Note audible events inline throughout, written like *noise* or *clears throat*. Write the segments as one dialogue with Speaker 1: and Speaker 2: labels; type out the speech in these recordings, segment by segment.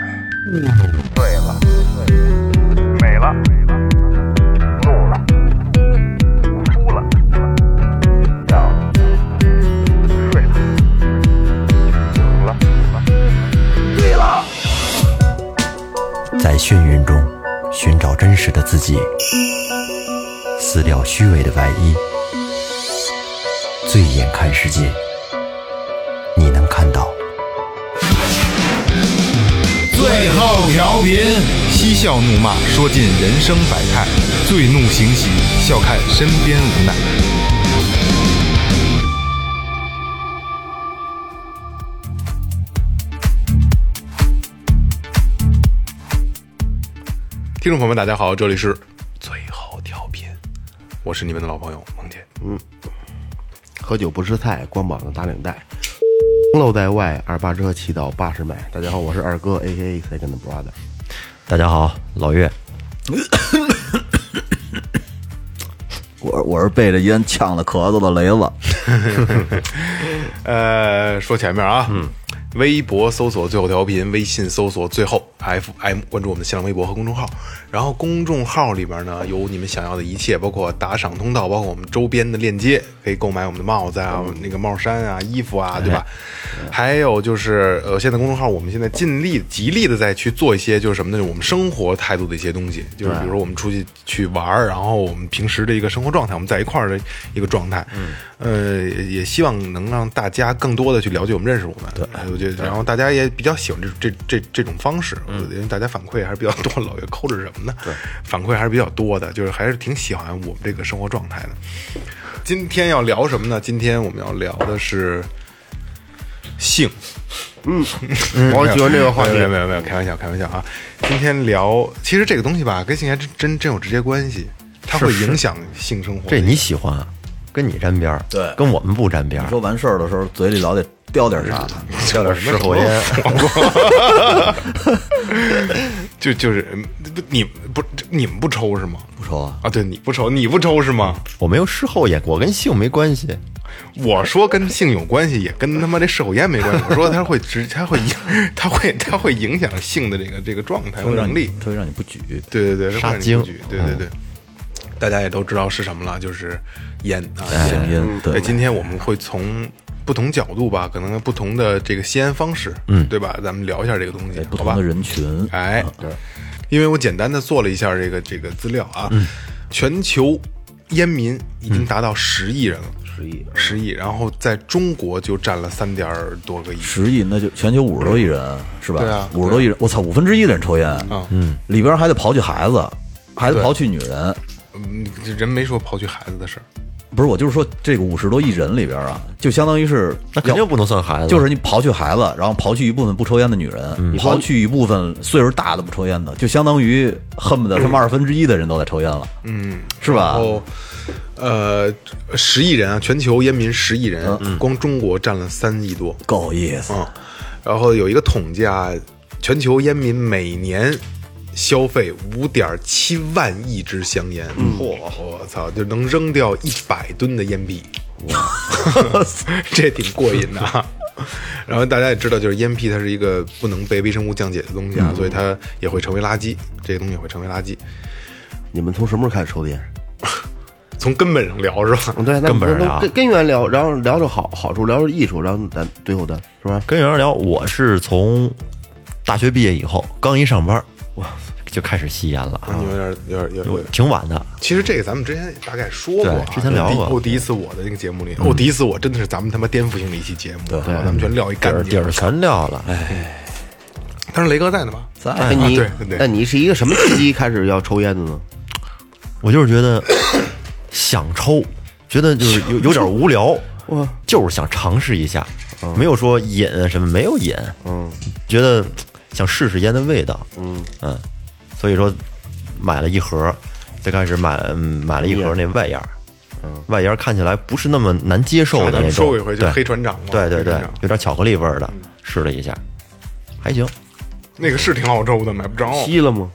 Speaker 1: 醉了，美了，怒了，哭了，笑了，睡了，醒了，醉了。
Speaker 2: 在眩晕中寻找真实的自己，撕掉虚伪的外衣，醉眼看世界，你能看到。
Speaker 3: 最后调频，嬉笑怒骂，说尽人生百态；醉怒行喜，笑看身边无奈。听众朋友们，大家好，这里是最后调频，我是你们的老朋友萌姐。
Speaker 4: 喝酒不吃菜，光膀子打领带。漏在外，二八车骑到八十迈。大家好，我是二哥，A K A Second Brother。
Speaker 2: 大家好，老岳，
Speaker 5: 我我是被这烟呛的咳嗽的雷子，
Speaker 3: 呃，说前面啊，嗯，微博搜索最后调频，微信搜索最后 FM，关注我们的新浪微博和公众号。然后公众号里边呢，有你们想要的一切，包括打赏通道，包括我们周边的链接，可以购买我们的帽子啊、那个帽衫啊、衣服啊，对吧？还有就是，呃，现在公众号我们现在尽力、极力的在去做一些，就是什么呢？我们生活态度的一些东西，就是比如说我们出去去玩儿，然后我们平时的一个生活状态，我们在一块儿的一个状态，嗯，呃，也也希望能让大家更多的去了解我们、认识我们。对，我觉得，然后大家也比较喜欢这这这这种方式，因为大家反馈还是比较多，老爷抠着什么呢？对，反馈还是比较多的，就是还是挺喜欢我们这个生活状态的。今天要聊什么呢？今天我们要聊的是性。嗯
Speaker 4: *laughs* 我喜欢这个话题
Speaker 3: 没。有没有没有，开玩笑开玩笑啊！今天聊，其实这个东西吧，跟性还真真真有直接关系，它会影响性生活。
Speaker 2: 这你喜欢，
Speaker 4: 啊
Speaker 2: 跟你沾边儿，
Speaker 5: 对
Speaker 2: 跟我们不沾边儿。
Speaker 5: 说完事儿的时候嘴里老得叼点啥，
Speaker 2: 叫点
Speaker 3: 什么
Speaker 2: 事后烟，
Speaker 3: 就就是嗯不你不你们不抽是吗？
Speaker 5: 不抽啊。
Speaker 3: 啊，对，你不抽，你不抽是吗？
Speaker 2: 我没有事后烟，我跟性没关系。
Speaker 3: 我说跟性有关系，也跟他妈这事后烟没
Speaker 4: *laughs*
Speaker 3: 关系。我说它会直，它会影，它会它会影响性的这个这个状态和
Speaker 5: 会让
Speaker 3: 能力
Speaker 5: 你，。会让你不举，
Speaker 3: 对对对，
Speaker 2: 杀
Speaker 3: 让你
Speaker 2: 精
Speaker 3: 不举对对对。
Speaker 5: 嗯
Speaker 3: 大家也都知道是什么了，就是烟啊，
Speaker 5: 香烟对
Speaker 3: 对，今天我们会从不同角度吧，可能不同的这个吸烟方式，嗯，对吧？咱们聊一下这个东西
Speaker 5: 给，哎不
Speaker 3: 好
Speaker 5: 同
Speaker 3: 吧
Speaker 5: 的？人嗯群，
Speaker 3: 哎，因为我简单的做了一下这个这个资料啊，
Speaker 5: 嗯
Speaker 3: 全球烟民已经达到十亿人了，
Speaker 4: 十亿
Speaker 3: 十亿，然后在中国就占了三点多个亿，
Speaker 5: 十亿那就全球五十多亿人是吧？
Speaker 3: 对啊
Speaker 5: 五十多亿人，我操，五分之一的人抽烟，嗯，里边还得刨去孩子，还得刨去女人，
Speaker 3: 嗯，这人没说刨去孩子的事儿，
Speaker 5: 不是我就是说这个五十多亿人里边啊，就相当于是
Speaker 2: 那肯定不能算孩子，
Speaker 5: 就是你刨去孩子，然后刨去一部分不抽烟的女人，刨去一部分岁数大的不抽烟的，就相当于恨不得他妈二分之一的人都在抽烟了，嗯，是
Speaker 3: 然
Speaker 5: 吧？
Speaker 3: 后，呃，十亿人啊，全球烟民十亿人，
Speaker 5: 嗯
Speaker 3: 光中国占了三亿多，
Speaker 5: 够意思，
Speaker 2: 哦
Speaker 3: 嗯，然后有一个统计啊，全球烟民每年消费五点七万亿支香烟，嗯嚯、我操，就能扔掉一百吨的烟屁， *laughs* 这挺过瘾的啊。然后大家也知道，就是烟屁它是一个不能被微生物降解的东西啊，所以它也会成为垃圾，这些东西也会成为垃圾。
Speaker 4: 你们从什么时候开始抽的烟？
Speaker 3: 从根本上聊是吧？
Speaker 4: 嗯，对，那
Speaker 2: 根本
Speaker 4: 那
Speaker 2: 上啊
Speaker 4: 根根源聊，然后聊着好好处，聊着艺术，然后咱最后咱是吧？
Speaker 2: 跟有人聊，我是从大学毕业以后，刚一上班，哇，就开始吸烟了啊，
Speaker 3: 你们有点有点有点。
Speaker 2: 挺晚的。
Speaker 3: 其实这个咱们之前也大概说过啊，
Speaker 2: 对之前聊过嗯
Speaker 3: 我第一次我的那个节目里，我第一次我真的是咱们他妈颠覆性的一期节目，对，咱们全撂一
Speaker 2: 底
Speaker 3: 干
Speaker 2: 儿底
Speaker 3: 净
Speaker 2: 儿。全撂了，哎，
Speaker 3: 但是雷哥在呢吧？啊
Speaker 5: 在
Speaker 4: 那哎你
Speaker 3: 对对
Speaker 4: 那你是一个什么契机开始要抽烟的呢？
Speaker 2: 我就是觉得想抽，觉得就是有有点无聊，就是想尝试一下，没有说瘾啊什么，没有瘾，嗯，觉得想试试烟的味道，嗯所以说买了一盒，最开始买嗯买了一盒那外烟儿，外烟儿看起来不是那么难接受的
Speaker 3: 咱
Speaker 2: 那
Speaker 3: 们
Speaker 2: 种，
Speaker 3: 说过一回，就嗯
Speaker 2: 对
Speaker 3: 黑船长嘛，
Speaker 2: 对对
Speaker 3: 黑
Speaker 2: 对
Speaker 3: 船长，
Speaker 2: 有点巧克力味儿的，试了一下，还行。
Speaker 3: 那个是挺澳洲的，买不着。
Speaker 4: 吸了吗？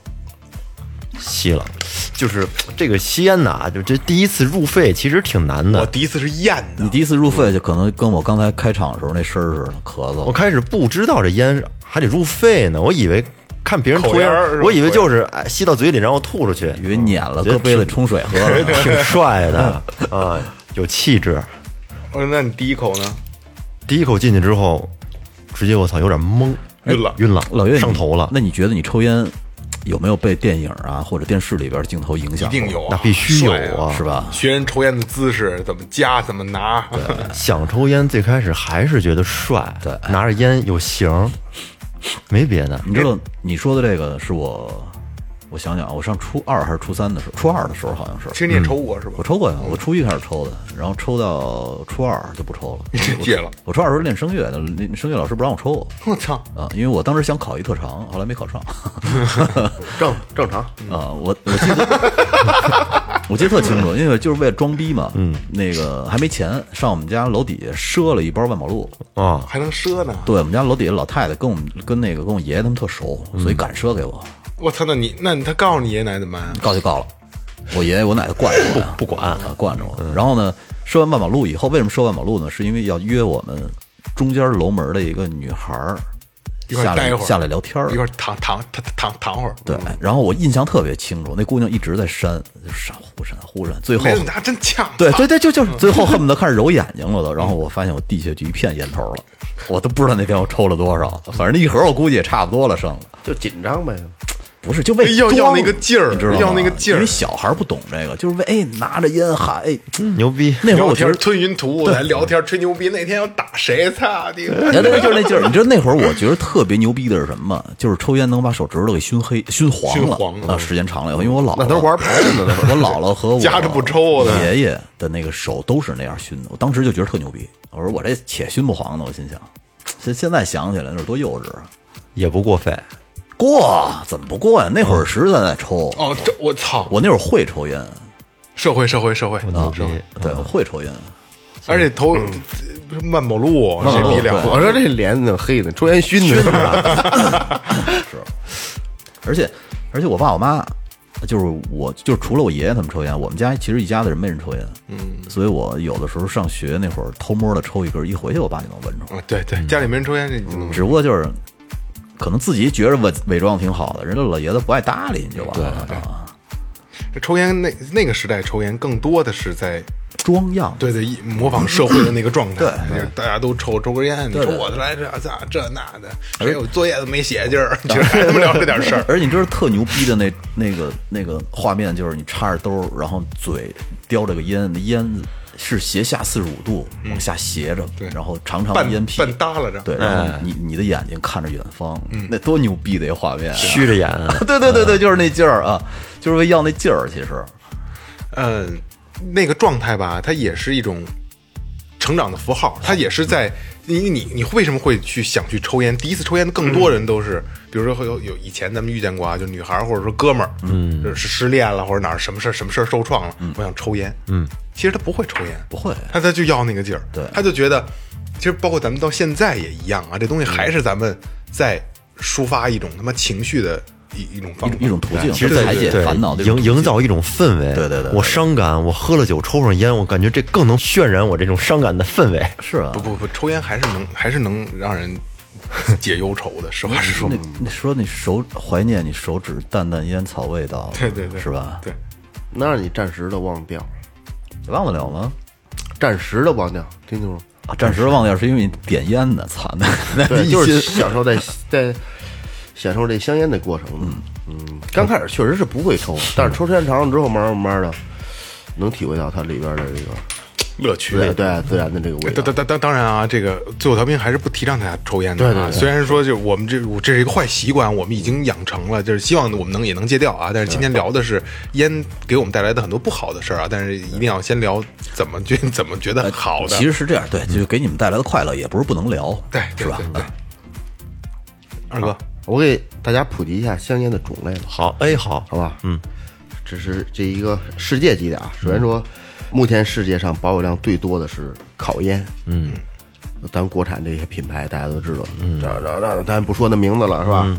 Speaker 2: 吸 *laughs* 了，就是这个吸烟呐，就这第一次入肺其实挺难
Speaker 3: 我
Speaker 2: 的。
Speaker 3: 第一次是咽的
Speaker 5: 你，第一次入肺就可能跟我刚才开场的时候那声儿似的，咳
Speaker 2: 我
Speaker 5: 嗽。
Speaker 2: 开始不知道这烟还得入肺呢，我以为看别人
Speaker 3: 口
Speaker 2: 抽烟
Speaker 3: 烟儿是吧，
Speaker 2: 我以为就是哎吸到嘴里然后吐出去，
Speaker 3: *laughs*
Speaker 5: 以为撵了，
Speaker 2: 觉得
Speaker 5: 搁杯里冲水喝
Speaker 2: *laughs*
Speaker 5: 了。
Speaker 2: 挺帅
Speaker 3: *laughs*
Speaker 2: 的啊，有气质。
Speaker 3: 哦那你第一口呢？
Speaker 2: 第一口进去之后，直接我操，有点懵，
Speaker 3: 晕了
Speaker 2: 哎晕了，
Speaker 5: 老岳，你
Speaker 2: 上头了，
Speaker 5: 那你觉得你抽烟有没有被电影啊或者电视里边的镜头影响？
Speaker 3: 一定有啊，
Speaker 2: 那必须有
Speaker 3: 帅啊！
Speaker 2: 啊，
Speaker 5: 是吧？
Speaker 3: 学人抽烟的姿势，怎么夹，怎么拿，
Speaker 2: 想抽烟，最开始还是觉得帅，
Speaker 5: 对
Speaker 2: 拿着烟有型儿，没别的。
Speaker 5: 你知道你说的这个是我，我想想啊，我上初二还是初三的时候，初二的时候好像是
Speaker 3: *laughs* 其，实
Speaker 2: 嗯
Speaker 3: 你也抽过是吧
Speaker 5: 我？抽过呀，我初一开始抽的，然后抽到初二就不抽了，
Speaker 3: 戒了。
Speaker 5: 我初二时候练声乐，那声乐老师不让我抽
Speaker 3: 我操！
Speaker 5: 啊，因为我当时想考一特长，后来没考
Speaker 3: *laughs*
Speaker 5: 上。
Speaker 4: 正正常。
Speaker 5: 啊，我我记得我记得特清楚，因为就是为了装逼嘛，嗯，那个还没钱，上我们家楼底下赊了一包万宝路。
Speaker 2: 啊，
Speaker 3: 还能赊呢！
Speaker 5: 对我们家楼底下老太太跟我们跟那个跟我爷爷他们特熟，
Speaker 3: 嗯
Speaker 5: 所以敢赊给我，
Speaker 3: 我操，那你那你他告诉你爷爷奶奶怎么办
Speaker 2: *laughs*
Speaker 3: 啊？
Speaker 5: 告就告了。我爷爷我奶奶惯着我呀，
Speaker 2: 不管
Speaker 5: 啊，惯着我。
Speaker 3: 嗯
Speaker 5: 然后呢，赊完万宝路以后，为什么赊万宝路呢？是因为要约我们中间楼门的一个女孩儿
Speaker 3: 一块
Speaker 5: 下
Speaker 3: 儿待一
Speaker 5: 来
Speaker 3: 会儿，
Speaker 5: 下来聊天儿
Speaker 3: 一块儿躺躺躺躺躺会儿。
Speaker 5: 对，然后我印象特别清楚，那姑娘一直在扇，就扇忽扇忽扇，最后
Speaker 3: 没你嗯他真呛。
Speaker 5: 哦
Speaker 3: 啊
Speaker 5: 对对对，就就是
Speaker 3: *laughs*
Speaker 5: 最后恨不得开始揉眼睛了都。然后我发现我地下就一片烟头了，我都不知道那天我抽了多少，反正那一盒我估计也差不多了，剩的
Speaker 4: 就紧张呗，
Speaker 5: 不是就为
Speaker 3: 哎要要
Speaker 5: 装
Speaker 3: 那个劲儿
Speaker 5: 你知道吗
Speaker 3: 要那个劲儿
Speaker 5: 因为小孩不懂这个，就是为哎拿着烟喊哎，
Speaker 2: 牛逼！
Speaker 5: 那会儿
Speaker 3: 聊
Speaker 5: 我觉
Speaker 3: 天
Speaker 5: 得
Speaker 3: 吞云吐雾，咱聊天吹牛逼。那天要打谁？操你！
Speaker 5: *laughs* 对对，对就是那劲儿。你知道那会儿我觉得特别牛逼的是什么吗？就是抽烟能把手指头给熏黑、熏黄
Speaker 3: 熏
Speaker 5: 了。
Speaker 3: 黄了
Speaker 5: 啊，时间长了以后，因为我姥姥
Speaker 4: 那都是玩牌的呢。
Speaker 5: *laughs* 我姥姥和我
Speaker 3: 夹着不抽的
Speaker 5: 爷爷的那个手都是那样熏的，我当时就觉得特牛逼。我说我这且熏不黄呢，我心想，现现在想起来那是多幼稚啊！
Speaker 2: 也不过分，
Speaker 5: 过怎么不过呀？那会儿实在在抽，
Speaker 3: 哦，这我操！
Speaker 5: 我那会儿会抽烟，
Speaker 3: 社会社会社会，
Speaker 5: 啊
Speaker 2: 牛逼！
Speaker 5: 对，
Speaker 4: 嗯
Speaker 5: 我会抽烟，
Speaker 3: 而且头不是万宝路，
Speaker 5: 万宝
Speaker 3: 谁
Speaker 5: 嗯路
Speaker 3: 逼了？
Speaker 5: 对
Speaker 4: 我说这脸挺黑的，抽烟熏的。
Speaker 5: *laughs* 而且而且我爸我妈就是我就是除了我爷爷他们抽烟，我们家其实一家子人没人抽烟，嗯，所以我有的时候上学那会儿偷摸的抽一根，一回去我爸就能闻着，
Speaker 3: 啊，对对，家里没人抽烟，这你就能
Speaker 5: 只不过就是可能自己觉着伪伪装挺好的，人家老爷子不爱搭理你就完了啊。
Speaker 3: 这抽烟那那个时代抽烟更多的是在
Speaker 5: 装样，
Speaker 3: 对对一模仿社会的那个状态，
Speaker 5: 对
Speaker 3: 就是大家都抽抽根烟，你
Speaker 5: 对
Speaker 3: 抽
Speaker 5: 对。
Speaker 3: 我的来这这这那的，谁有作业都没写劲儿，就是还他妈聊这点事儿
Speaker 5: 而且你知道特牛逼的那那个那个画面，就是你插着兜，然后嘴叼着个烟，那烟是斜下四十五度往下斜着，
Speaker 3: 嗯对
Speaker 5: 然后长长的
Speaker 3: 半
Speaker 5: 烟屁，
Speaker 3: 半嗯耷拉着，
Speaker 5: 对，然后你你的眼睛看着远方，那多牛逼的一个画面啊！
Speaker 2: 虚着眼，
Speaker 5: *laughs* 对对对对，就是那劲儿啊，就是为要那劲儿，其实
Speaker 3: 嗯，那个状态吧，它也是一种成长的符号，它也是在你你你为什么会去想去抽烟？第一次抽烟的更多人都是，比如说会有有以前咱们遇见过啊，就女孩儿或者说哥们儿，嗯，是失恋了或者哪儿什么事儿什么事儿受创了，我想抽烟，嗯，其实他不会抽烟，
Speaker 5: 不会
Speaker 3: 他他就要那个劲儿，
Speaker 5: 对
Speaker 3: 他就觉得，其实包括咱们到现在也一样啊，这东西还是咱们在抒发一种他妈情绪的一一种方法，
Speaker 5: 一种途径，
Speaker 2: 其实
Speaker 5: 排解
Speaker 2: 对
Speaker 5: 烦恼的一种
Speaker 2: 营
Speaker 5: 途径，
Speaker 2: 营造一种氛围。
Speaker 5: 对对对对
Speaker 2: 我伤感，我喝了酒，抽上烟，我感觉这更能渲染我这种伤感的氛围。
Speaker 5: *laughs* 是啊
Speaker 3: 不，不不，抽烟还是能还是能让人解忧愁的，实话实说
Speaker 5: 那。那说你手怀念你手指淡淡烟草味道，
Speaker 3: 对对对，
Speaker 5: 是吧？
Speaker 3: 对，
Speaker 4: 能让你暂时的忘掉，
Speaker 5: 忘得了吗？
Speaker 4: 暂时的忘掉，听清楚。
Speaker 5: 啊，暂时忘掉是因为你点烟呢，操，那那
Speaker 4: 对，
Speaker 5: 一
Speaker 4: *laughs* 就是
Speaker 5: 心
Speaker 4: 享受在在享受这香烟的过程。嗯嗯，刚开始确实是不会抽，但是抽时间长了之后，慢慢慢慢的能体会到它里边的这个
Speaker 3: 乐趣。
Speaker 4: 对对自然的这个味道
Speaker 3: 当。当当当当然啊，这个最后调频还是不提倡大家抽烟的、啊。
Speaker 4: 对对对
Speaker 3: 虽然说就我们这我这是一个坏习惯，我们已经养成了，就是希望我们能也能戒掉啊。但是今天聊的是烟给我们带来的很多不好的事儿啊，但是一定要先聊怎么觉怎么觉得好的。
Speaker 5: 呃其实是这样，对，就是给你们带来的快乐也不是不能聊，
Speaker 3: 对
Speaker 5: 是
Speaker 3: 对
Speaker 5: 吧啊
Speaker 3: 对？对，二哥，
Speaker 4: 我给大家普及一下香烟的种类吧，
Speaker 2: 好，哎，好，
Speaker 4: 好吧？嗯，这是这一个世界级的啊。首先说，目前世界上保有量最多的是烤烟，嗯，咱国产这些品牌大家都知道，这这这咱不说那名字了是吧？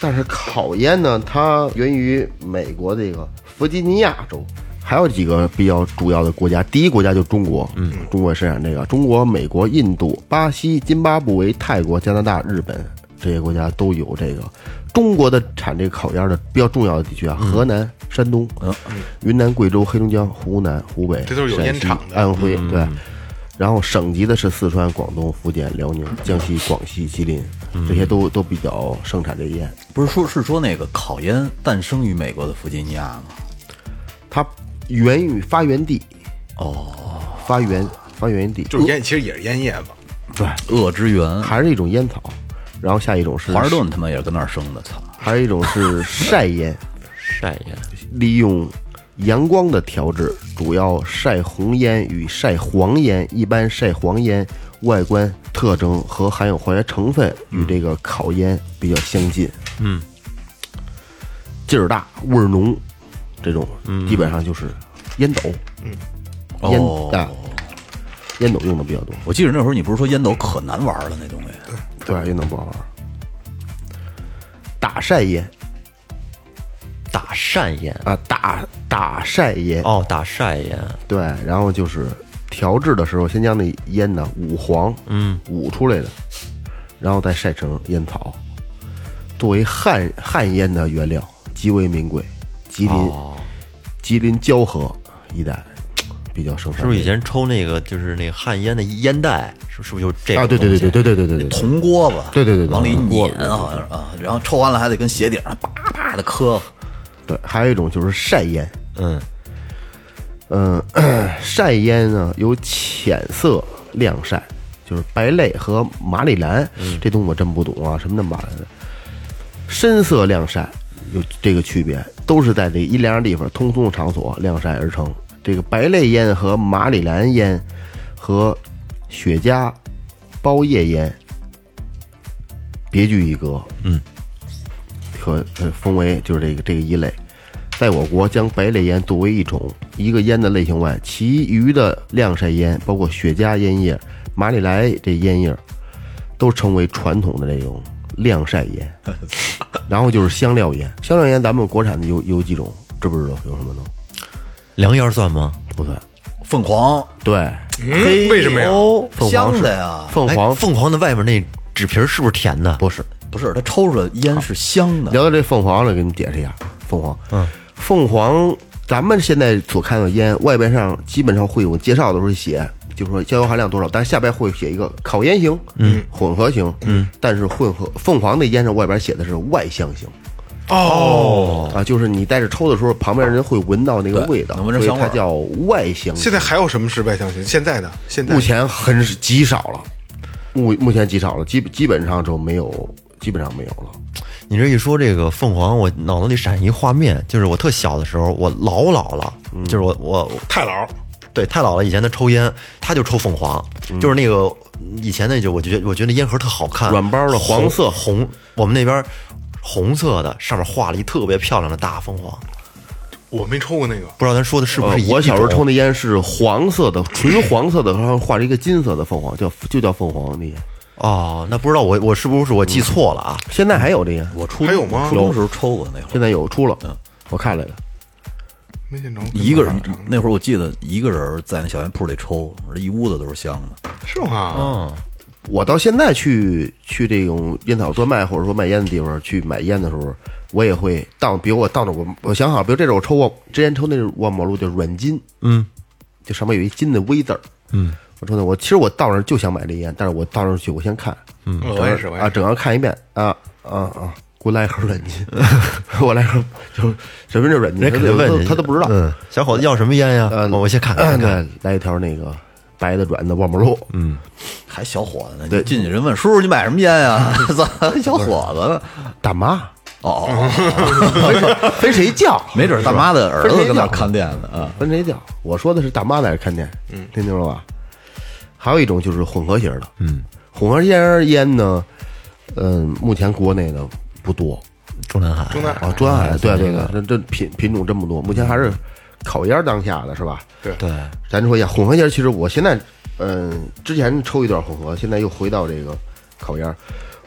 Speaker 4: 但是烤烟呢，它源于美国这个弗吉尼亚州，还有几个比较主要的国家。第一国家就中国，嗯，中国生产这个。中国、美国、印度、巴西、津巴布韦、泰国、加拿大、日本这些国家都有这个。中国的产这个烤烟的比较重要的地区啊，河南、山东、云南、贵州、黑龙江、湖南、湖北，
Speaker 3: 这都是有烟
Speaker 4: 陕西
Speaker 3: 厂的
Speaker 4: 安徽，对。然后省级的是四川、广东、福建、辽宁、江西、广西、吉林，这些都都比较盛产这烟。
Speaker 5: 不是说是说那个烤烟诞生于美国的弗吉尼亚吗？
Speaker 4: 它源于发源地，哦，发源发源地
Speaker 3: 就是烟，其实也是烟叶子。
Speaker 5: 恶之源，
Speaker 4: 还是一种烟草，然后下一种是
Speaker 5: 华盛顿他妈也是跟那儿生的，操！
Speaker 4: 还有一种是晒烟，
Speaker 2: 晒烟，
Speaker 4: 利用阳光的调制，主要晒红烟与晒黄烟。一般晒黄烟外观特征和含有化学成分与这个烤烟比较相近，嗯，劲儿大，味儿浓，这种基本上就是烟斗，嗯，烟
Speaker 5: 哦
Speaker 4: 啊，烟斗用的比较多，
Speaker 5: 我记得那会儿你不是说烟斗可难玩了那东西，
Speaker 4: 对，烟斗不好玩儿。打晒烟
Speaker 2: 打晒烟
Speaker 4: 啊，打打晒烟
Speaker 2: 哦，打晒烟，
Speaker 4: 对，然后就是调制的时候，先将那烟呢捂黄，嗯，捂出来的，然后再晒成烟草，作为旱旱烟的原料，极为名贵。吉林、吉林蛟河一带比较盛产
Speaker 2: 是不是以前抽那个就是那个旱烟的烟袋，是是不是就这
Speaker 4: 这
Speaker 2: 个
Speaker 4: 个？啊？对对对对对对对对对对，
Speaker 5: 铜锅子，
Speaker 4: 对对对对
Speaker 5: 往里
Speaker 4: 铜锅
Speaker 5: 碾
Speaker 4: 子
Speaker 5: 好像是啊，然后抽完了还得跟鞋底上啪啪的磕，
Speaker 4: 对，还有一种就是晒烟，
Speaker 2: 嗯，
Speaker 4: 嗯，晒烟呢有浅色晾晒，就是白类和马里兰，这东西我真不懂啊，什么叫马里兰？深色晾晒有这个区别，都是在这阴凉的地方、通风的场所晾晒而成。这个白类烟和马里兰烟和雪茄、包叶烟别具一格，嗯，可呃分为就是这个这个一类。在我国，将白类烟作为一种一个烟的类型外，其余的晾晒烟，包括雪茄烟叶、马里莱这烟叶，都称为传统的这种晾晒
Speaker 5: *laughs*
Speaker 4: 烟。然后就是香料烟，香料烟咱们国产的有有几种，知不知道有什么呢？
Speaker 2: 凉烟算吗？
Speaker 4: 不算，
Speaker 5: 凤凰
Speaker 4: 对，
Speaker 3: 嗯，为什么呀？
Speaker 5: 哦
Speaker 4: 凤凰
Speaker 5: 香
Speaker 4: 是
Speaker 5: 的呀，
Speaker 4: 凤凰
Speaker 2: 哎凤凰的外面那纸皮儿是不是甜的？
Speaker 4: 不是。
Speaker 5: 不是它抽出来烟是香的，
Speaker 4: 聊到这凤凰了，给你解释一下凤凰。嗯，凤凰，咱们现在所看到的烟，外边上基本上会有介绍的时候写，就是说焦油含量多少，但是下边会写一个烤烟型，嗯，混合型，嗯，但是混合凤凰的烟上外边写的是外向型。哦，啊，就是你带着抽的时候，旁边人会闻到那个味道，
Speaker 5: 能闻着
Speaker 4: 所以
Speaker 5: 香味
Speaker 4: 它
Speaker 5: 儿
Speaker 4: 叫外向型
Speaker 3: 现。在还有什么是外向型？现在呢？现在
Speaker 4: 目前很极少了，目目前极少了，基基本上就没有，基本上没有了。
Speaker 2: 你这一说这个凤凰，我脑子里闪一画面，就是我特小的时候，我老姥姥，
Speaker 5: 嗯
Speaker 2: 就是我我我
Speaker 3: 太老
Speaker 2: 对太姥姥以前她抽烟，她就抽凤凰，
Speaker 4: 嗯
Speaker 2: 就是那个以前那就我觉得我觉得那烟盒特好看，
Speaker 4: 软包的
Speaker 2: 红
Speaker 4: 黄色
Speaker 2: 红，我们那边红色的上面画了一特别漂亮的大凤凰，
Speaker 3: 我没抽过那个。
Speaker 2: 不知道咱说的是不
Speaker 4: 呃
Speaker 2: 是一、
Speaker 4: 我小时候
Speaker 2: 一
Speaker 4: 抽
Speaker 2: 种
Speaker 4: 那烟是黄色的，纯黄色的，然后画着一个金色的凤凰，叫就叫凤凰那烟。
Speaker 2: 哦，那不知道我我是不是我记错了啊？
Speaker 4: 现在还有这烟，
Speaker 5: 我初
Speaker 3: 还有吗
Speaker 5: 初中时候抽过那会
Speaker 4: 现
Speaker 5: 儿，
Speaker 4: 在有出了，
Speaker 2: 嗯
Speaker 4: 我看来了。
Speaker 3: 没见着
Speaker 5: 一个人
Speaker 3: 尝尝
Speaker 5: 那会儿我记得一个人在那小烟铺里抽，一屋子都是香的，
Speaker 3: 是吗？
Speaker 4: 我到现在去去这种烟草专卖或者说卖烟的地方去买烟的时候，我也会到，比如我到那我我想好，比如这种我抽过，之前抽那种万宝路叫软金，嗯，就上面有一金的 V 字儿，嗯，我抽那我其实我到那儿就想买这烟，但是我到那儿去我先看，嗯，
Speaker 3: 呃我也是，我也
Speaker 4: 啊，
Speaker 3: 是。
Speaker 4: 整个看一遍啊啊啊，给我来一盒软 *laughs* 金，我来一盒就是什么叫软金，
Speaker 2: 人家肯定
Speaker 4: 他都
Speaker 2: 问
Speaker 4: 他都不知道，
Speaker 2: 嗯，小伙子要什么烟呀？
Speaker 4: 呃
Speaker 2: 我我先看看，先看看
Speaker 4: 对，来一条那个白的软的万宝路，嗯，
Speaker 5: 还小伙子呢，你进去人问叔叔你买什么烟 *laughs* 呀？操，还小伙子呢。
Speaker 4: 大妈
Speaker 5: *laughs* 哦哦， *laughs*
Speaker 4: 分谁叫？
Speaker 5: 没准儿大妈的儿
Speaker 4: 分
Speaker 5: 子
Speaker 4: 谁
Speaker 5: 跟那儿
Speaker 4: 叫
Speaker 5: 看店呢啊。
Speaker 4: 分谁叫？我说的是大妈在这看店，嗯，听清楚了吧？还有一种就是混合型的，嗯，混合型烟呢，嗯，目前国内的不多
Speaker 2: 中南海，
Speaker 3: 中南
Speaker 4: 啊，专海对对对，这这品品种真不多，目前还是烤烟当下的是吧？
Speaker 3: 对
Speaker 2: 对，
Speaker 4: 咱说一下混合呃烟，其实我现在，嗯，之前抽一段混合，现在又回到这个烤烟。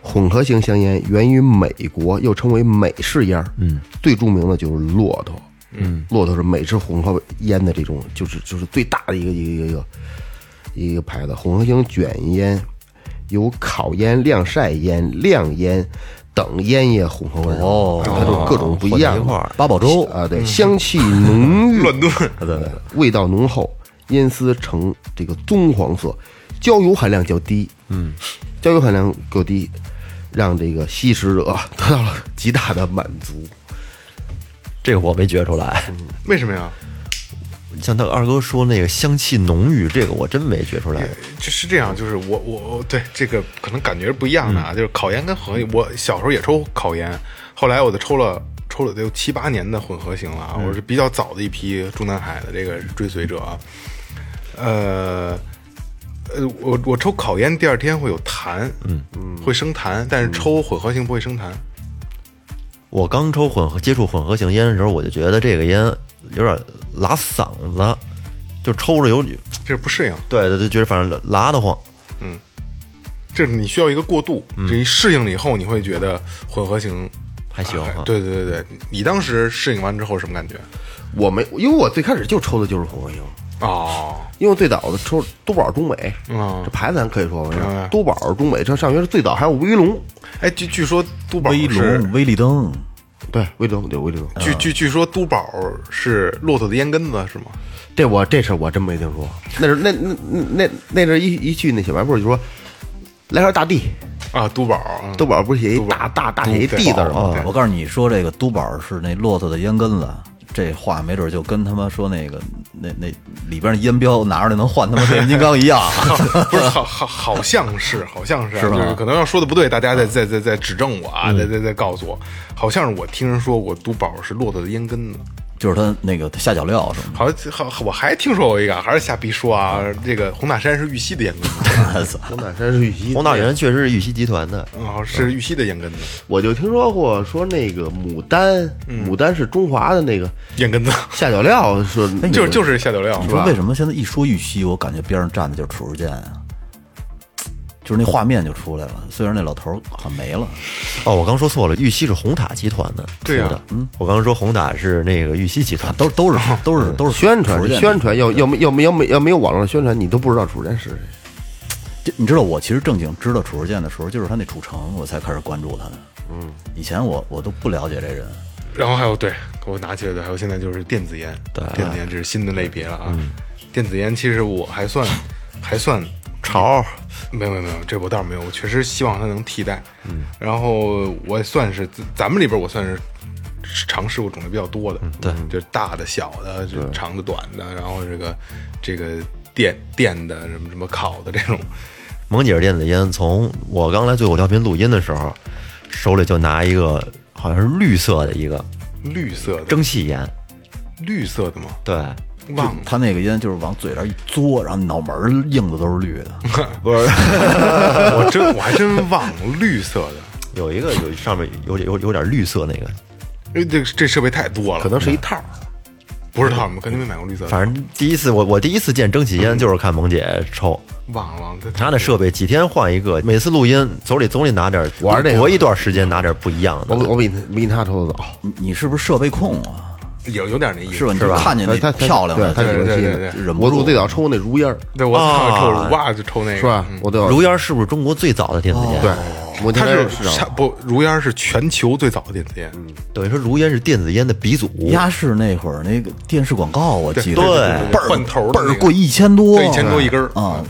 Speaker 4: 混合型香烟源于美国，又称为美式烟。嗯，最著名的就是骆驼。嗯，骆驼是美式混合烟的这种，就是就是最大的一个一个一个一个一个牌子。混合型卷烟有烤烟、晾晒烟、晾烟等烟叶混合味儿
Speaker 5: 哦
Speaker 4: 它就各种不一样
Speaker 2: 混在一块儿
Speaker 5: 八宝粥
Speaker 4: 啊，对，香气浓郁，
Speaker 3: 乱
Speaker 4: *laughs*
Speaker 3: 炖，
Speaker 4: 味道浓厚，烟丝呈这个棕黄色，焦油含量较低，嗯，焦油含量够低，让这个吸食者啊得到了极大的满足。
Speaker 2: 这个我没觉出来。
Speaker 3: 为什么呀？
Speaker 2: 嗯像他二哥说那个香气浓郁，这个我真没觉出来。
Speaker 3: 就是这样，就是我我我对这个可能感觉是不一样的啊，就是烤烟跟混合烟，我小时候也抽烤烟，后来我就抽了抽了得有七八年的混合型了啊，我是比较早的一批中南海的这个追随者啊，呃。呃，我我抽烤烟，第二天会有痰，嗯嗯，会生痰，但是抽混合型不会生痰，
Speaker 2: 我刚抽混合接触混合型烟的时候，我就觉得这个烟有点拉嗓子，就抽着有
Speaker 3: 这是不适应，
Speaker 2: 对对对，觉得反正拉得慌。
Speaker 3: 这是你需要一个过渡，这一适应了以后，你会觉得混合型
Speaker 2: 还行
Speaker 3: 哎
Speaker 2: 啊
Speaker 3: 对对对对，你当时适应完之后什么感觉？
Speaker 4: 我没，因为我最开始就抽的就是红合型，
Speaker 3: 哦，
Speaker 4: 因为最早的抽都宝中美，
Speaker 3: 嗯
Speaker 4: 这牌子咱可以说吧
Speaker 3: 明白，
Speaker 4: 都宝中美，这上学是最早还有威龙，
Speaker 3: 哎，据据说都宝
Speaker 5: 威
Speaker 3: 是
Speaker 5: 龙、威利登，
Speaker 4: 对，威龙对威龙，
Speaker 3: 据据据说都宝是骆驼的烟根子是吗？
Speaker 4: 这我这事儿我真没听说。那是那那那那那阵儿一一去那小卖部就说，来块大地，
Speaker 3: 啊，都宝，嗯
Speaker 4: 豆宝不是写
Speaker 3: 都
Speaker 4: 一
Speaker 3: 宝
Speaker 4: 大大大写一
Speaker 3: 都
Speaker 4: 地字儿
Speaker 3: 宝
Speaker 4: 吗？
Speaker 5: 我告诉你说，这个都宝是那骆驼的烟根子，这话没准就跟他妈说那个那那里边的烟标拿出来能换他妈变形金刚一 *laughs* 样。
Speaker 3: *laughs* 不是好好好像是好像是啊，
Speaker 5: 是吧
Speaker 3: 就是可能要说的不对，大家再再再再指正我啊，再再再告诉我，好像是我听人说过都宝是骆驼的烟根子，
Speaker 5: 就是他那个下脚料什么
Speaker 3: 好像好我还听说过一个，还是瞎逼说啊，这个红塔山是玉溪的烟根子，
Speaker 5: 的，操
Speaker 4: 红塔山是玉溪
Speaker 2: 红大人确实是玉溪集团的，
Speaker 3: 啊，是玉溪的烟根子，
Speaker 4: 我就听说过说那个牡丹，牡丹是中华的那个
Speaker 3: 烟根子
Speaker 4: 下脚料，说
Speaker 3: 就是就是下酒料
Speaker 5: 你，说为什么现在一说玉溪，我感觉边上站的就是褚时健啊？就是那画面就出来了，虽然那老头儿好像没了，
Speaker 2: 哦，我刚说错了，玉溪是红塔集团的出
Speaker 3: 对啊
Speaker 2: 的。嗯，我刚说红塔是那个玉溪集团，
Speaker 5: 啊都都是都是都是
Speaker 4: 哦宣传
Speaker 5: 褚时健
Speaker 4: 宣传，要要没要没要没要没有网络宣传，你都不知道楚然是谁。
Speaker 5: 这你知道我其实正经知道褚时健的时候，就是他那褚橙，我才开始关注他的。嗯，以前我我都不了解这人。
Speaker 3: 然后还有对我拿起来的，还有现在就是电子烟，电子烟这是新的类别了啊。电子烟其实我还算还算 *laughs* 潮，没有没有没有，这我倒是没有，我确实希望它能替代。嗯，然后我也算是咱们里边我算是尝试过种类比较多的，嗯对，就是大的、小的、就是长的、短的，然后这个这个电电的什么什么烤的这种，
Speaker 2: 萌姐儿电子烟，从我刚来最后调频录音的时候，手里就拿一个好像是绿色的一个
Speaker 3: 绿色的，
Speaker 2: 蒸汽烟，
Speaker 3: 绿色的吗？
Speaker 2: 对，
Speaker 3: 忘了。
Speaker 5: 他那个烟就是往嘴上一嘬，然后脑门儿硬的都是绿
Speaker 4: *laughs*
Speaker 5: 的。
Speaker 2: 不是
Speaker 3: 我真我还真忘了绿色的，
Speaker 2: 有一个有上面有有有点绿色那个，
Speaker 3: 因为这个这设备太多了，
Speaker 4: 可能是一套儿，
Speaker 3: 不是他们，肯定没买过绿色的。
Speaker 2: 反正第一次我我第一次见蒸汽烟就是看萌姐抽，
Speaker 3: 忘了，这
Speaker 2: 拿那设备几天换一个，每次录音手里总得拿点儿，
Speaker 4: 玩这个
Speaker 2: 隔一段时间拿点儿不一样
Speaker 4: 我
Speaker 2: 的。
Speaker 4: 我比他比他抽的早，
Speaker 5: 你你是不是设备控啊？
Speaker 3: 有有点那意思，
Speaker 5: 是吧？你就
Speaker 2: 吧
Speaker 5: 看见
Speaker 4: 他
Speaker 5: 那
Speaker 4: 他他
Speaker 5: 漂亮
Speaker 4: 对
Speaker 5: 啊的，
Speaker 4: 他喜
Speaker 5: 就
Speaker 4: 欢
Speaker 3: 对
Speaker 4: 吸
Speaker 3: 对
Speaker 4: 引
Speaker 3: 对
Speaker 4: 的
Speaker 3: 对
Speaker 5: 忍不
Speaker 4: 我
Speaker 5: 住
Speaker 4: 我最早抽那如烟儿
Speaker 3: 对我操，
Speaker 2: 啊
Speaker 3: 抽乳哇就抽那个
Speaker 4: 是吧？？我最早
Speaker 2: 如烟是不是中国最早的电子烟？
Speaker 4: 对，，我
Speaker 3: 它是
Speaker 4: 市场
Speaker 3: 不如烟是全球最早的电子烟，
Speaker 2: 等于说如烟是电子烟的鼻祖。
Speaker 5: 鸭市那会儿那个电视广告，我记得
Speaker 2: 对对
Speaker 3: 对对
Speaker 5: 倍儿
Speaker 3: 换头的
Speaker 5: 倍
Speaker 3: 那个
Speaker 5: 儿贵，一千多，
Speaker 3: 对一千多一根儿
Speaker 5: 啊。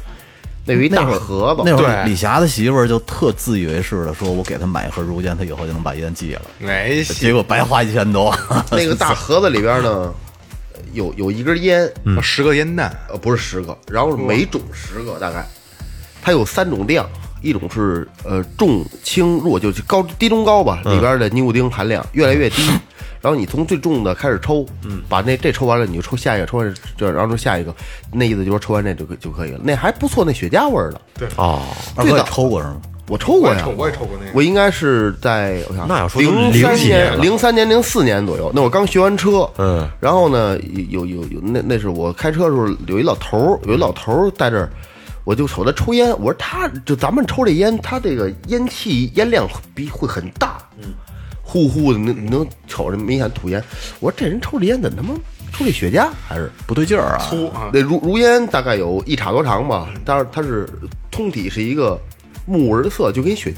Speaker 4: 那有一大
Speaker 5: 那会儿
Speaker 4: 盒子，
Speaker 5: 那会
Speaker 3: 对
Speaker 5: 儿李霞的媳妇儿就特自以为是的说，我给她买一盒如烟，她以后就能把烟戒了。
Speaker 3: 没
Speaker 5: 结
Speaker 3: 戏，
Speaker 5: 果白花一千
Speaker 3: *laughs*
Speaker 5: 多，
Speaker 4: 那个大盒子里边呢，有有一根烟，
Speaker 3: 十个烟弹，
Speaker 4: 呃，不是十个，然后每种十个大概，它有三种量，一种是呃重轻弱，就是高低中高吧，
Speaker 3: 嗯
Speaker 4: 里边的尼古丁含量越来越
Speaker 3: *laughs*
Speaker 4: 低，然后你从最重的开始抽，
Speaker 3: 嗯
Speaker 4: 把那这抽完了你就抽下一个，抽完这然后抽下一个，那意思就是抽完这就可就可以了，那还不错，那雪茄味儿的，
Speaker 2: 哦，
Speaker 5: 二哥也抽过是吗？
Speaker 4: 我抽过
Speaker 3: 啊我也
Speaker 4: 呀
Speaker 3: 抽，，我也抽过那个，
Speaker 4: 我应该是在我想
Speaker 2: 那要说
Speaker 4: 零
Speaker 2: 零
Speaker 4: 三
Speaker 2: 几年了
Speaker 4: 零三年、零四年左右，那我刚学完车，
Speaker 2: 嗯，
Speaker 4: 然后呢，有有有，那那是我开车的时候，有一老头儿，有一老头儿在这儿，我就瞅他抽烟，我说他就咱们抽这烟，他这个烟气烟量比会很大，嗯，呼呼的，能能瞅着明显吐烟。我说这人抽这烟怎么他妈抽这雪茄还是？
Speaker 5: 不对劲儿啊，
Speaker 3: 粗啊，
Speaker 4: 那如如烟大概有一尺多长吧，
Speaker 2: 嗯
Speaker 4: 但是它是通体是一个木纹色，就跟雪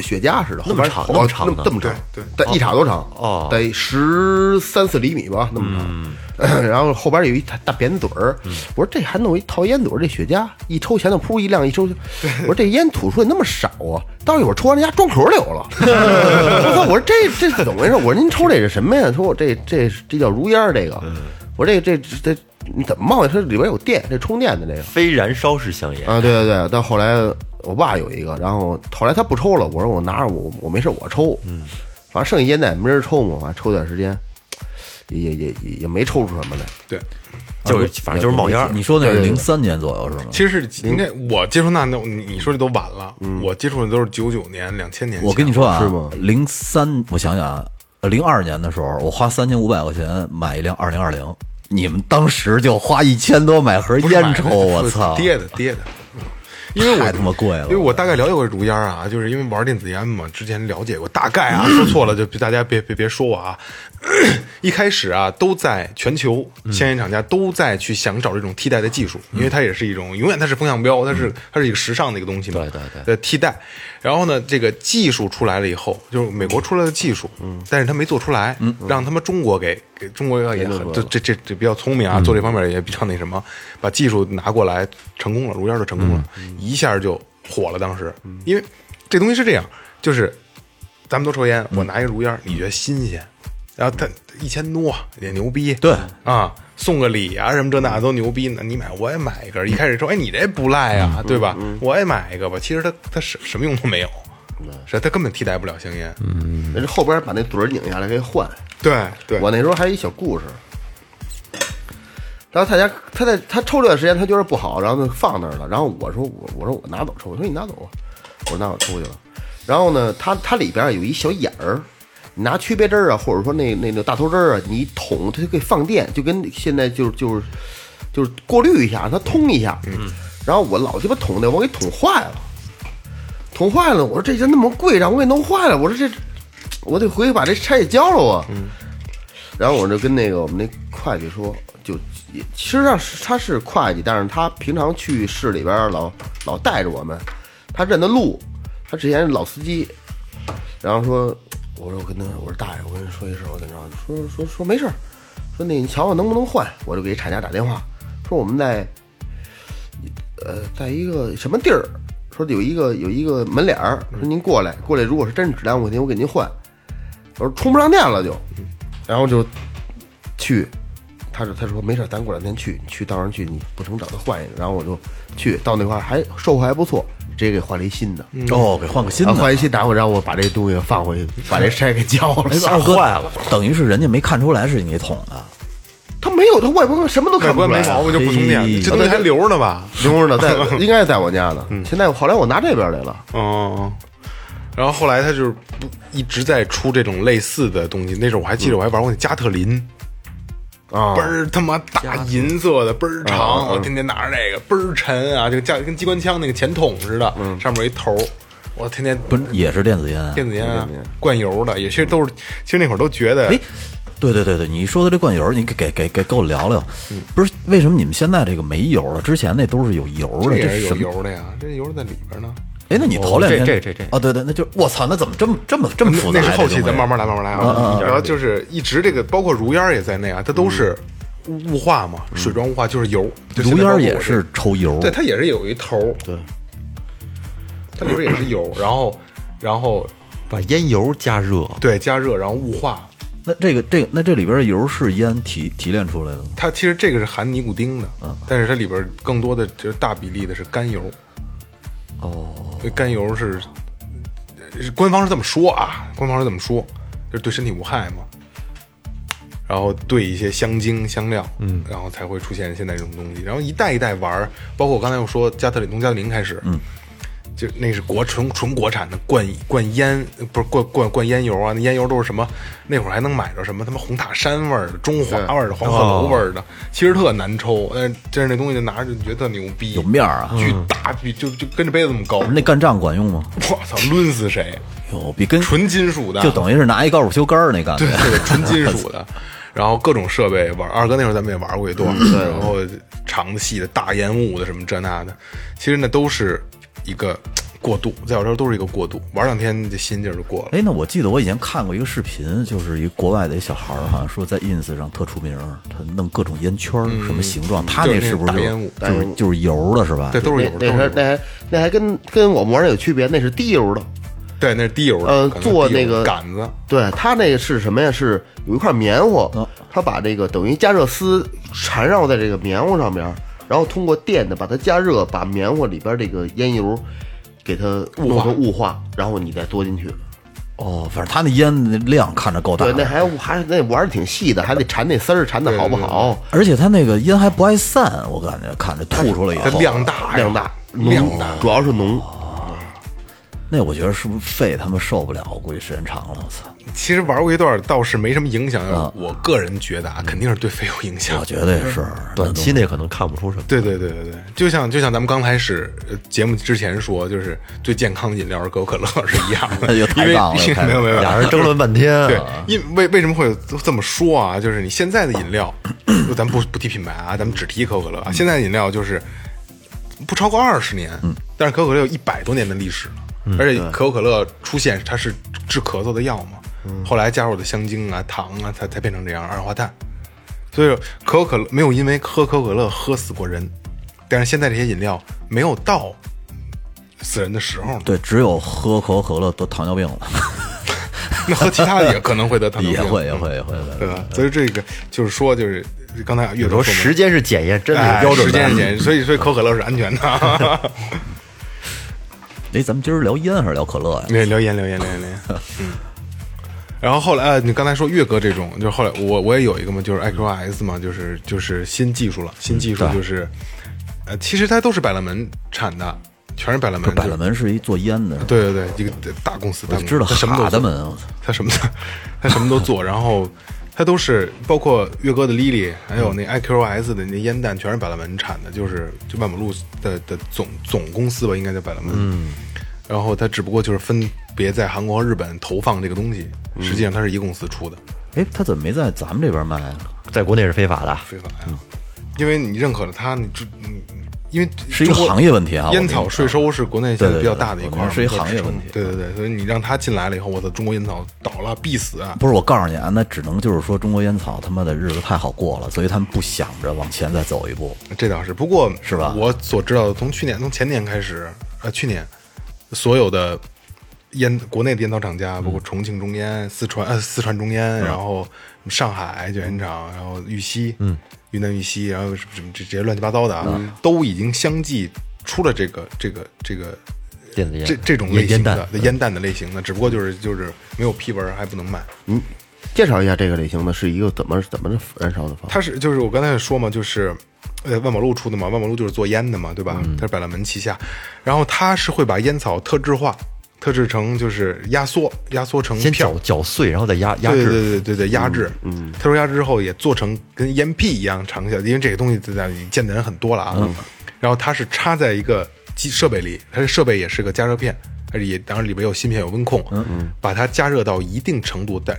Speaker 4: 雪茄似的，
Speaker 2: 那么
Speaker 4: 后边
Speaker 2: 长
Speaker 4: 好
Speaker 2: 那么长呢
Speaker 4: 那这么长，
Speaker 3: 对对，
Speaker 4: 但一尺多长，
Speaker 2: 哦
Speaker 4: 得十三四厘米吧，那么
Speaker 3: 嗯
Speaker 4: 长。 *clears throat* 然后后边有一大大扁嘴儿，我说这还弄一套烟嘴儿，这雪茄一抽前头噗一亮一抽，我说这烟吐出来那么少啊，到一会儿抽完人家装壳里有
Speaker 3: *laughs*
Speaker 4: 了。我操！我说这这怎么回事？我说您抽这是什么呀？他说我这这这叫如烟儿，这个。
Speaker 3: 嗯
Speaker 4: 我说这这这你怎么冒呀？它里边有电，这充电的这个。
Speaker 2: 非燃烧式香
Speaker 3: 嗯
Speaker 2: 烟，
Speaker 4: 啊，对对对，但后来我爸有一个，然后后来他不抽了，我说我拿着我我没事我抽，嗯，反正剩下烟袋没人抽嘛，反正抽点时间，也也也也也没抽出什么来，
Speaker 3: 对，
Speaker 2: 就是反正就是冒烟儿。
Speaker 5: 你说那是零三年左右是吗？
Speaker 3: 其实是应该我接触那那你你说这都晚了，我接触的都是九九年、两千年前。
Speaker 5: 我跟你说啊
Speaker 4: 是吗，
Speaker 5: 零三，我想想啊，零二年的时候，我花三千五百块钱买一辆二零二零，你们当时就花一千多买盒
Speaker 3: 不是买
Speaker 5: 烟
Speaker 3: 的
Speaker 5: 抽，我
Speaker 3: 是
Speaker 5: 操，
Speaker 3: 跌的跌的。嗯因为我
Speaker 5: 太他妈贵了
Speaker 3: 因为我大概了解过这如烟啊，就是因为玩电子烟嘛，之前了解过，大概啊，说错了就大家别别别说我啊。一开始啊，都在全球香烟厂家都在去想找这种替代的技术，因为它也是一种永远它是风向标，它是它是一个时尚的一个东西嘛，
Speaker 2: 对对对
Speaker 3: 的替代。然后呢，这个技术出来了以后，就是美国出来的技术，嗯，但是他没做出来，嗯，让他们中国给给中国也很这这这这比较聪明啊，做这方面也比较那什么，把技术拿过来成功了，如烟就成功了，一下就火了。当时，因为这东西是这样，就是咱们都抽烟，
Speaker 4: 嗯
Speaker 3: 我拿一如烟，你觉得新鲜，然后他一千多也牛逼，
Speaker 5: 对
Speaker 3: 啊，送个礼啊什么这那都牛逼呢。你买我也买一根儿，一开始说哎你这不赖
Speaker 4: 嗯
Speaker 3: 呀，对吧？我也买一个吧。其实它它什什么用都没有，
Speaker 4: 嗯
Speaker 3: 是它根本替代不了香烟。
Speaker 4: 人家后边把那嘴儿拧下来给换。
Speaker 3: 对对，
Speaker 4: 我那时候还有一小故事，然后他家他在他抽这段时间他觉得不好，然后就放那儿了。然后我说我我说我拿走抽，我说你拿走吧，我拿我抽去了。然后呢，它它里边有一小眼儿，你拿曲别针儿啊，或者说那那那大头针儿啊，你一捅它就可以放电，就跟现在就是就是就是过滤一下，它通一下。嗯。然后我老鸡巴捅的，我给捅坏了，捅坏了。我说这人那么贵，让我给弄坏了。我说这我得回去把这差也交了啊。嗯。然后我就跟那个我们那会计说，就也其实上是他是会计，但是他平常去市里边儿老老带着我们，他认得路，他之前是老司机。然后说，我说我跟他，我说大爷，我跟你说一声，我怎么着？说说说没事儿，说那你瞧我能不能换？我就给厂家打电话，说我们在，呃，在一个什么地儿，说有一个有一个门脸儿，说您过来，过来如果是真是质量问题，我给您换。我说充不上电了就，然后就去，他说他说没事儿，咱过两天去，你去到时候去你不成找他换一个，然后我就去到那块儿还售后还不错，直接给换了一新的。
Speaker 5: 哦，给换个新
Speaker 3: 嗯
Speaker 4: 啊，
Speaker 5: 的。
Speaker 4: 换一新，然后让我把这东西放回去，把
Speaker 3: *laughs*
Speaker 4: 这筛给交了。
Speaker 5: 哎二哥，等于是人家没看出来是你捅的，
Speaker 4: 他没有，他外观什么都
Speaker 3: 外
Speaker 4: 看不
Speaker 3: 观
Speaker 4: 出来
Speaker 3: 没
Speaker 4: 啊。
Speaker 3: 毛病就
Speaker 4: *laughs*
Speaker 3: 不充电
Speaker 5: 嘿，
Speaker 3: 这东西还留着呢吧？
Speaker 4: 留
Speaker 3: *laughs*
Speaker 4: 着呢，在应该是在我家呢。
Speaker 3: 嗯
Speaker 4: 现在后来我拿这边来了，
Speaker 3: 哦，然后后来他就是不一直在出这种类似的东西。那时候我还记得我还玩过那加特林，
Speaker 4: 啊
Speaker 3: 倍，儿他妈大银色的，倍儿
Speaker 5: 啊
Speaker 3: 长，我天天拿着这个，倍儿沉啊，这个加跟机关枪那个钱筒似的，
Speaker 5: 嗯
Speaker 3: 上面有一头儿，我天天
Speaker 5: 不是也是电子烟啊？
Speaker 3: 电子烟啊，灌油的，也其实都是，其实那会儿都觉得
Speaker 5: 哎，对对对对，你说的这灌油，你给给给给我聊聊。
Speaker 3: 嗯
Speaker 5: 不是为什么你们现在这个没油了？之前那都是有油
Speaker 3: 这
Speaker 5: 的，
Speaker 3: 也
Speaker 5: 这
Speaker 3: 是有
Speaker 5: 是什么？
Speaker 3: 油的呀，这油在里边呢。
Speaker 5: 哎，那你头两天
Speaker 2: 哦这这这这
Speaker 5: 哦，对对，那就我操，那怎么这么这么这么复杂
Speaker 3: 那
Speaker 5: 呀？
Speaker 3: 是后期，
Speaker 5: 这东
Speaker 3: 咱
Speaker 5: 西
Speaker 3: 慢慢来，慢慢来啊。然后就是一直这个，包括如烟儿也在内啊，它都是雾化嘛，水状雾化就是油。就现
Speaker 5: 嗯如
Speaker 3: 在
Speaker 5: 烟
Speaker 3: 包
Speaker 5: 儿
Speaker 3: 括我
Speaker 5: 也
Speaker 3: 这
Speaker 5: 是抽油，
Speaker 3: 对，它也是有一头儿，对，它里边也是油，然后，然后
Speaker 2: 把烟油加热，
Speaker 3: 对加热，然后雾化。
Speaker 5: 那这个这个那这里边的油是烟提提炼出来的吗？
Speaker 3: 它其实这个是含尼古丁的，但是它里边更多的就是大比例的是甘油。哦，甘油是是官方是这么说啊，官方是这么说，就是对身体无害嘛。然后兑一些香精、香料，嗯，然后才会出现现在这种东西。然后一代一代玩儿，包括我刚才又说加特林从加特林开始，嗯，就那是国纯纯国产的灌灌烟，不是灌灌灌烟油啊，那烟油都是什么？那会儿还能买着什么他妈红塔山味儿的、中华味儿的、黄鹤楼味
Speaker 5: 哦
Speaker 3: 儿的，其实特难抽，但是但是那东西就拿着就觉得特牛逼，
Speaker 5: 有面儿啊
Speaker 3: 巨大，比就就跟着杯子那么高，
Speaker 5: 不是那干仗管用吗？
Speaker 3: *laughs* 我操，抡死谁？
Speaker 5: 有比跟
Speaker 3: 纯金属的，
Speaker 5: 就等于是拿一高尔夫球杆儿那感觉
Speaker 3: 对，
Speaker 4: *laughs*
Speaker 3: 对，纯金属的，然后各种设备玩。二哥那会儿咱们也玩过一段，
Speaker 4: 嗯
Speaker 3: 然后长的、细的、大烟雾的什么这那的，其实那都是一个过渡，在我这儿都是一个过渡，玩两天这心劲儿就过了。
Speaker 5: 哎，那我记得我以前看过一个视频，就是一个国外的一小孩儿，好像说在 ins 上特出名儿，他弄各种烟圈儿，什么形状，他
Speaker 3: 嗯
Speaker 5: 那
Speaker 3: 就是那
Speaker 5: 是不是
Speaker 3: 大
Speaker 5: 就
Speaker 3: 烟雾
Speaker 5: 就是就是油的是吧？
Speaker 3: 对，都是
Speaker 4: 那
Speaker 3: 有，都
Speaker 4: 那还
Speaker 3: 是
Speaker 4: 那
Speaker 3: 有
Speaker 4: 还那还跟跟我们玩的有区别，那是滴油的。
Speaker 3: 对，那是滴油的，
Speaker 4: 呃
Speaker 3: 可能
Speaker 4: 做
Speaker 3: 滴油
Speaker 4: 那个哦
Speaker 3: 杆子，
Speaker 4: 对，它那个是什么呀？是有一块棉花，它把这个等于加热丝缠绕在这个棉花上面，然后通过电的把它加热，把棉花里边这个烟油给它弄成雾化，然后你再嘬进去。
Speaker 5: 哦，反正他那烟的量看着够大
Speaker 4: 对，，那还还那玩的挺细的，还得缠那丝儿缠的好不好？
Speaker 5: 而且他那个烟还不爱散，我感觉看着吐出来以
Speaker 3: 它
Speaker 5: 后，
Speaker 3: 量大呀，
Speaker 4: 量大，
Speaker 3: 量
Speaker 4: 浓
Speaker 3: 大，
Speaker 4: 主要是浓。
Speaker 5: 那我觉得是不是肺他们受不了？我估计时间长了，我操！
Speaker 3: 其实玩过一段倒是没什么影响，
Speaker 4: 嗯
Speaker 3: 我个人觉得啊，肯定是对肺有影响
Speaker 5: 我。觉得
Speaker 3: 嗯
Speaker 5: 也是，
Speaker 2: 短期内可能看不出什么。
Speaker 3: 对对对对对，就像就像咱们刚开始呃节目之前说，就是最健康的饮料是可口可乐是一
Speaker 2: *laughs*
Speaker 3: 样的，
Speaker 5: 又抬
Speaker 3: 因为
Speaker 5: 杠了又开始
Speaker 3: *laughs* 没有没有，没有
Speaker 2: 俩人争论半天
Speaker 5: 嗯
Speaker 3: 对
Speaker 2: 啊，，
Speaker 3: 因为为什么会有这么说啊？就是你现在的饮料，咱不不提品牌啊，咱们只提可口可乐啊。现在的饮料就是不超过二十年，
Speaker 5: 嗯
Speaker 3: 但是可口可乐有一百多年的历史了。而且可口可乐出现，它是治咳嗽的药嘛，
Speaker 5: 嗯
Speaker 3: 后来加入的香精啊、糖啊，才才变成这样二氧化碳。所以可口可乐没有因为喝可口可乐喝死过人，但是现在这些饮料没有到死人的时候呢。
Speaker 5: 对，只有喝可口可乐得糖尿病了，
Speaker 3: 那喝其他的也可能会得糖尿
Speaker 5: *laughs* 也
Speaker 3: 病，
Speaker 5: 会也会也会。
Speaker 3: 对吧？所以这个就是说，就是刚才
Speaker 2: 有
Speaker 3: 月
Speaker 2: 时
Speaker 3: 头
Speaker 2: 候
Speaker 3: 说嘛
Speaker 2: 时间是检验真理
Speaker 3: 哎
Speaker 2: 的标准
Speaker 3: 时
Speaker 2: 的
Speaker 3: 间。点，所以所以可口可乐是安全的。
Speaker 5: 哎，咱们今儿聊烟还是聊可乐呀？
Speaker 3: 留留言留言留言留言， *laughs* 嗯。然后后来，呃，你刚才说岳哥这种，就是后来我我也有一个嘛，就是 IQS 嘛，就是就是新技术了，新技术就是，呃，其实它都是百乐门产的，全是百乐门，
Speaker 5: 百乐
Speaker 3: 就是，
Speaker 5: 门是一做烟的，是吧
Speaker 3: 对对对，一个大公司，大公
Speaker 5: 我
Speaker 3: 司
Speaker 5: 知道
Speaker 3: 它什么都
Speaker 5: 哈
Speaker 3: 做
Speaker 5: 德门，我操
Speaker 3: 他什么都 *laughs* 他什么都做，然后他都是包括岳哥的 Lily，还有那 IQS 的那烟弹，全是百乐门产的，就是就万宝路的的总总公司吧，应该叫百乐门。嗯，然后它只不过就是分别在韩国和日本投放这个东西，
Speaker 5: 嗯
Speaker 3: 实际上它是一公司出的，
Speaker 5: 哎，他怎么没在咱们这边卖啊？
Speaker 2: 在国内是非法的，
Speaker 3: 非法
Speaker 5: 嗯
Speaker 3: 呀。因为你认可了它，你就你因为
Speaker 5: 是一个
Speaker 3: 中国
Speaker 5: 行业问题啊我
Speaker 3: 烟
Speaker 5: 跟你
Speaker 3: 草
Speaker 5: 讲
Speaker 3: 税收是国内现
Speaker 5: 对
Speaker 3: 在
Speaker 5: 对
Speaker 3: 比较
Speaker 5: 对
Speaker 3: 大的一
Speaker 5: 我
Speaker 3: 块
Speaker 5: 觉
Speaker 3: 儿，
Speaker 5: 得是一行业问题
Speaker 3: 对对对，所以你让它进来了以后，我操，中国烟草倒了，必死啊！
Speaker 5: 不是，我告诉你啊，那只能就是说中国烟草他妈的日子太好过了，所以他们不想着往前再走一步。
Speaker 3: 这倒是，不过
Speaker 5: 是吧
Speaker 3: 我所知道的，从去年从前年开始，呃，去年所有的烟国内的烟草厂家，包括重庆中烟、四川呃四川中烟，然后上海卷烟厂，然后玉溪，嗯，云南玉溪，然后什么什么这这些乱七八糟的啊，都已经相继出了这个这个这个。
Speaker 2: 电子烟
Speaker 3: 这这种
Speaker 2: 烟
Speaker 3: 类型
Speaker 2: 烟弹
Speaker 3: 的对烟弹的类型的，只不过就是就是没有批文还不能卖。
Speaker 4: 嗯，介绍一下这个类型的是一个怎么怎么燃烧的方法？啊
Speaker 3: 它是就是我刚才也说嘛，就是呃万宝路出的嘛，万宝路就是做烟的嘛，对吧？
Speaker 2: 嗯
Speaker 3: 它是百乐门旗下，然后它是会把烟草特制化，特制成就是压缩，压缩成
Speaker 2: 先
Speaker 3: 片儿
Speaker 2: 搅。搅碎，然后再压压
Speaker 3: 对
Speaker 2: 制。
Speaker 3: 对对对对，压制，嗯，特殊压制之后也做成跟烟屁一样长效，因为这个东西在在你见的人很多了啊。然后它是插在一个机设备里，它的设备也是个加热片，而且也当然里边有芯片有温控，嗯嗯，把它加热到一定程度，但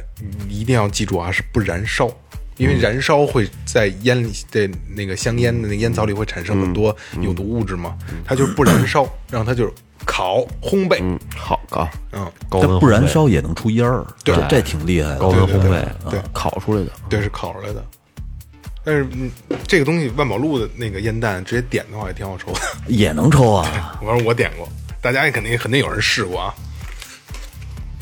Speaker 3: 一定要记住啊，是不燃烧。因为燃烧会在烟里的那个香烟的那个烟草里会产生很多有毒物质嘛，它就是不燃烧，让它就是烤烘焙，
Speaker 4: 嗯，好高
Speaker 3: 嗯，
Speaker 2: 高温
Speaker 5: 它不
Speaker 2: 烘
Speaker 5: 燃
Speaker 2: 焙
Speaker 5: 烧也能出烟儿，
Speaker 3: 对
Speaker 5: 这这挺厉害
Speaker 2: 高
Speaker 5: 的。
Speaker 2: 温
Speaker 3: 对
Speaker 2: 烘
Speaker 3: 对
Speaker 2: 焙，
Speaker 3: 对，
Speaker 4: 啊烤出来的，
Speaker 3: 对，是烤出来的。但是嗯，这个东西万宝路的那个烟弹直接点的话也挺好抽的， *laughs*
Speaker 5: 也能抽啊！
Speaker 3: 反正我点过，大家也肯定肯定有人试过啊。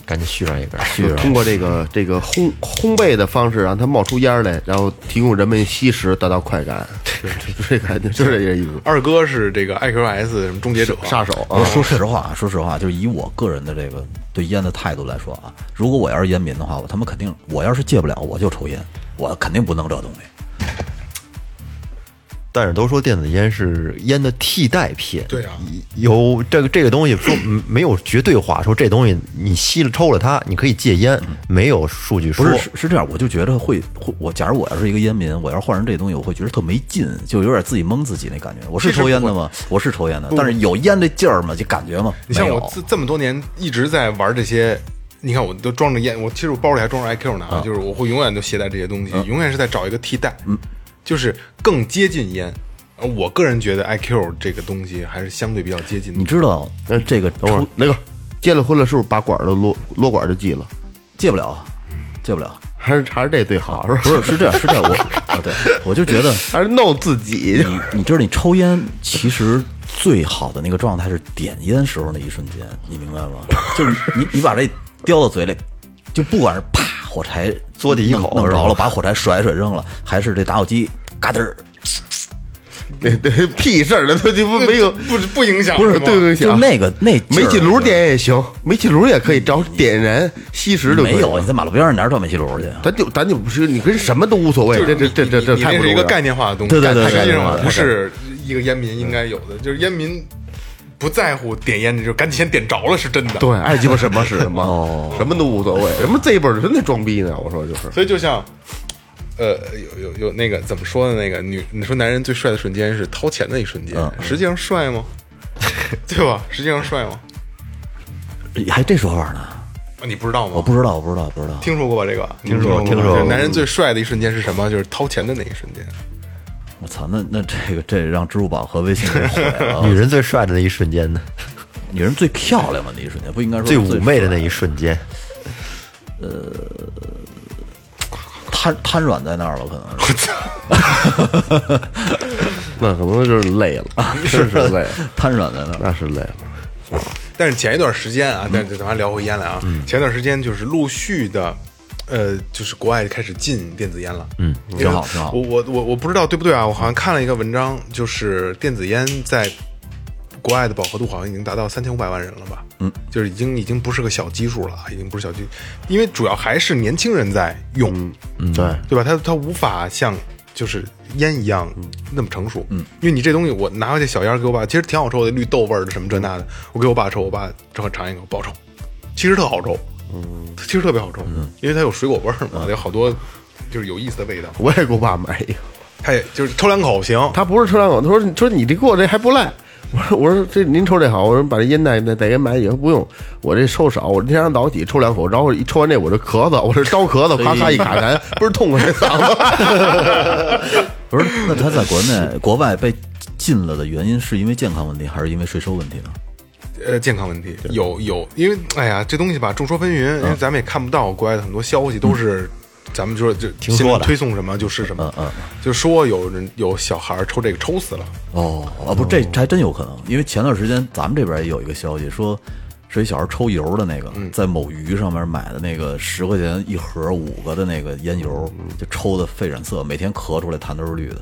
Speaker 2: 赶紧续上一根。
Speaker 5: 啊
Speaker 4: 就是通过这个这个烘烘焙的方式让它冒出烟儿来，然后提供人们吸食，达到快感，就 *laughs* 这感觉，就这个意思。
Speaker 3: 二哥是这个 IQS 什么终结者
Speaker 4: 杀手
Speaker 5: 我
Speaker 4: 啊，
Speaker 5: 说实话，说实话，就是以我个人的这个对烟的态度来说啊，如果我要是烟民的话，我他妈肯定，我要是戒不了，我就抽烟，我肯定不弄这东西。
Speaker 2: 但是都说电子烟是烟的替代品，
Speaker 3: 对啊，
Speaker 2: 有这个这个东西说嗯没有绝对化，说这东西你吸了抽了它，你可以戒烟，没有数据说
Speaker 5: 不是是是这样，我就觉得会会我，假如我要是一个烟民，我要是换成这东西，我会觉得特没劲，就有点自己蒙自己那感觉。我是
Speaker 3: 其实
Speaker 5: 抽烟的吗？我是抽烟的，但是有烟这劲儿吗？就感觉吗？
Speaker 3: 你像
Speaker 5: 没有
Speaker 3: 我这这么多年一直在玩这些，你看我都装着烟，我其实我包里还装着 IQ 呢，啊、就是我会永远都携带这些东
Speaker 4: 啊
Speaker 3: 西，永远是在找一个替代，
Speaker 4: 嗯
Speaker 3: 就是更接近烟。呃我个人觉得 IQ 这个东西还是相对比较接近的。
Speaker 5: 你知道，
Speaker 3: 呃
Speaker 5: 那这个
Speaker 4: 等会儿
Speaker 5: 抽
Speaker 4: 那个结了婚了，是不是把管儿都落落管儿就系了？
Speaker 5: 戒不了，戒不了。
Speaker 4: 还是还是这最好，是吧？
Speaker 5: 不是，是这样，是这
Speaker 3: *laughs*
Speaker 5: 样，我啊，对，我就觉得
Speaker 4: 还是弄自己
Speaker 5: 你你知道，你抽烟其实最好的那个状态是点烟时候那一瞬间，你明白吗？就是你你把这叼到嘴里，就不管是啪火柴
Speaker 2: 嘬地一口
Speaker 5: 弄弄
Speaker 2: 是吧
Speaker 5: 着了，把火柴甩甩扔了，还是这打火机嘎吱儿，
Speaker 4: 对对， *laughs* 屁事儿的，他就不没有，
Speaker 3: 不不影响
Speaker 4: 不是
Speaker 3: 吗
Speaker 4: 对对
Speaker 5: 就
Speaker 3: 啊
Speaker 4: 响
Speaker 5: 那个那劲
Speaker 4: 煤
Speaker 5: 儿
Speaker 4: 气炉点也行，煤气炉也可以找点燃吸食就可以
Speaker 5: 没
Speaker 4: 了
Speaker 5: 有，你在马路边上哪儿找煤气炉去啊？
Speaker 4: 咱就咱就不是你跟什么都无所谓，
Speaker 3: 就是
Speaker 4: 哎这
Speaker 3: 你
Speaker 4: 这这这这
Speaker 3: 你你
Speaker 4: 太不
Speaker 3: 是一
Speaker 4: 重
Speaker 3: 个
Speaker 4: 要
Speaker 3: 概念化的东西，
Speaker 5: 对对对
Speaker 3: 但
Speaker 5: 对
Speaker 3: 实际
Speaker 5: 对对
Speaker 3: 上
Speaker 5: 对
Speaker 3: 不是一个烟
Speaker 4: 嗯
Speaker 3: 民应该有的，就是烟民不在乎点烟的，就是赶紧先点着了是真的。
Speaker 4: 对，哦爱鸡巴什么是什么，什么都无所谓。什么这一辈儿真的装逼呢？我说就是，
Speaker 3: 所以就像，呃，有有有那个怎么说的那个女，你说男人最帅的瞬间是掏钱的一瞬
Speaker 4: 嗯
Speaker 3: 间，实际上帅
Speaker 4: *laughs*
Speaker 3: 吗？对吧？实际上帅吗？
Speaker 5: 还这说法呢？
Speaker 3: 啊你不知道吗？
Speaker 5: 我不知道，我不知道，不知道。
Speaker 3: 听说过吧？这个听
Speaker 2: 说过听说过
Speaker 3: 男人最帅的一瞬间是什么？就是掏钱的那一瞬间。
Speaker 5: 我操，那那这个这让支付宝和微信给毁
Speaker 2: *laughs*
Speaker 5: 了。
Speaker 2: 女人最帅的那一瞬间呢，
Speaker 5: 女人最漂亮的那一瞬间，不应该说
Speaker 2: 最妩媚的那
Speaker 5: 帅
Speaker 2: 一瞬间，
Speaker 5: 瘫瘫软在那儿了，可能是
Speaker 4: 那可能就是累了， *laughs* 是是累了，
Speaker 5: 瘫软在那儿。
Speaker 4: 那是累了。
Speaker 3: 但是前一段时间
Speaker 5: 嗯
Speaker 3: 啊，但是咱们聊回烟来啊，前一段时间就是陆续的，呃，就是国外开始禁电子烟了，嗯，
Speaker 5: 挺好挺好
Speaker 3: 我我我我不知道对不对啊，我好像看了一个文章，就是电子烟在国外的饱和度好像已经达到三千五百万人了吧，嗯，就是已经已经不是个小基数了，啊已经不是小基，因为主要还是年轻人在用，
Speaker 5: 嗯
Speaker 4: 对，
Speaker 3: 对吧？它它无法像就是烟一样那么成熟，嗯，因为你这东西我拿回去小烟儿给我爸，其实挺好抽的，绿豆味儿的什么这那的，我给我爸抽，我爸正好尝一口，不好抽，其实特好抽，嗯，其实特别好抽，因为它有水果味儿嘛，有好多就是有意思的味道，
Speaker 4: 我也给我爸买一个，
Speaker 3: 它也就是抽两口行，
Speaker 4: 他不是抽两口，他说说你这给我这还不赖。我说我说这您抽这好，我说把这烟袋再再给买几个，不用，我这抽少，我今天早起抽两口，然后一抽完这我就咳嗽，我这刀咳嗽，咔咔一卡痰，不是痛快这嗓子。 *laughs*
Speaker 5: 不是，那他在国内、国外被禁了的原因是因为健康问题，还是因为税收问题呢？
Speaker 3: 呃，健康问题有有，因为哎呀，这东西吧众说纷纭，因为咱们也看不到国外的很多消息都是。咱们就说就
Speaker 2: 听说
Speaker 3: 新闻
Speaker 2: 的
Speaker 3: 推送什么就是什么，
Speaker 5: 嗯嗯
Speaker 3: 就说有人有小孩儿抽这个抽死了，
Speaker 5: 哦，啊，不，这还真有可能，因为前段时间咱们这边也有一个消息说。是一小孩抽油的那个，在某鱼上面买的那个十块钱一盒五个的那个烟油，就抽的肺染色，每天咳出来痰都是绿的。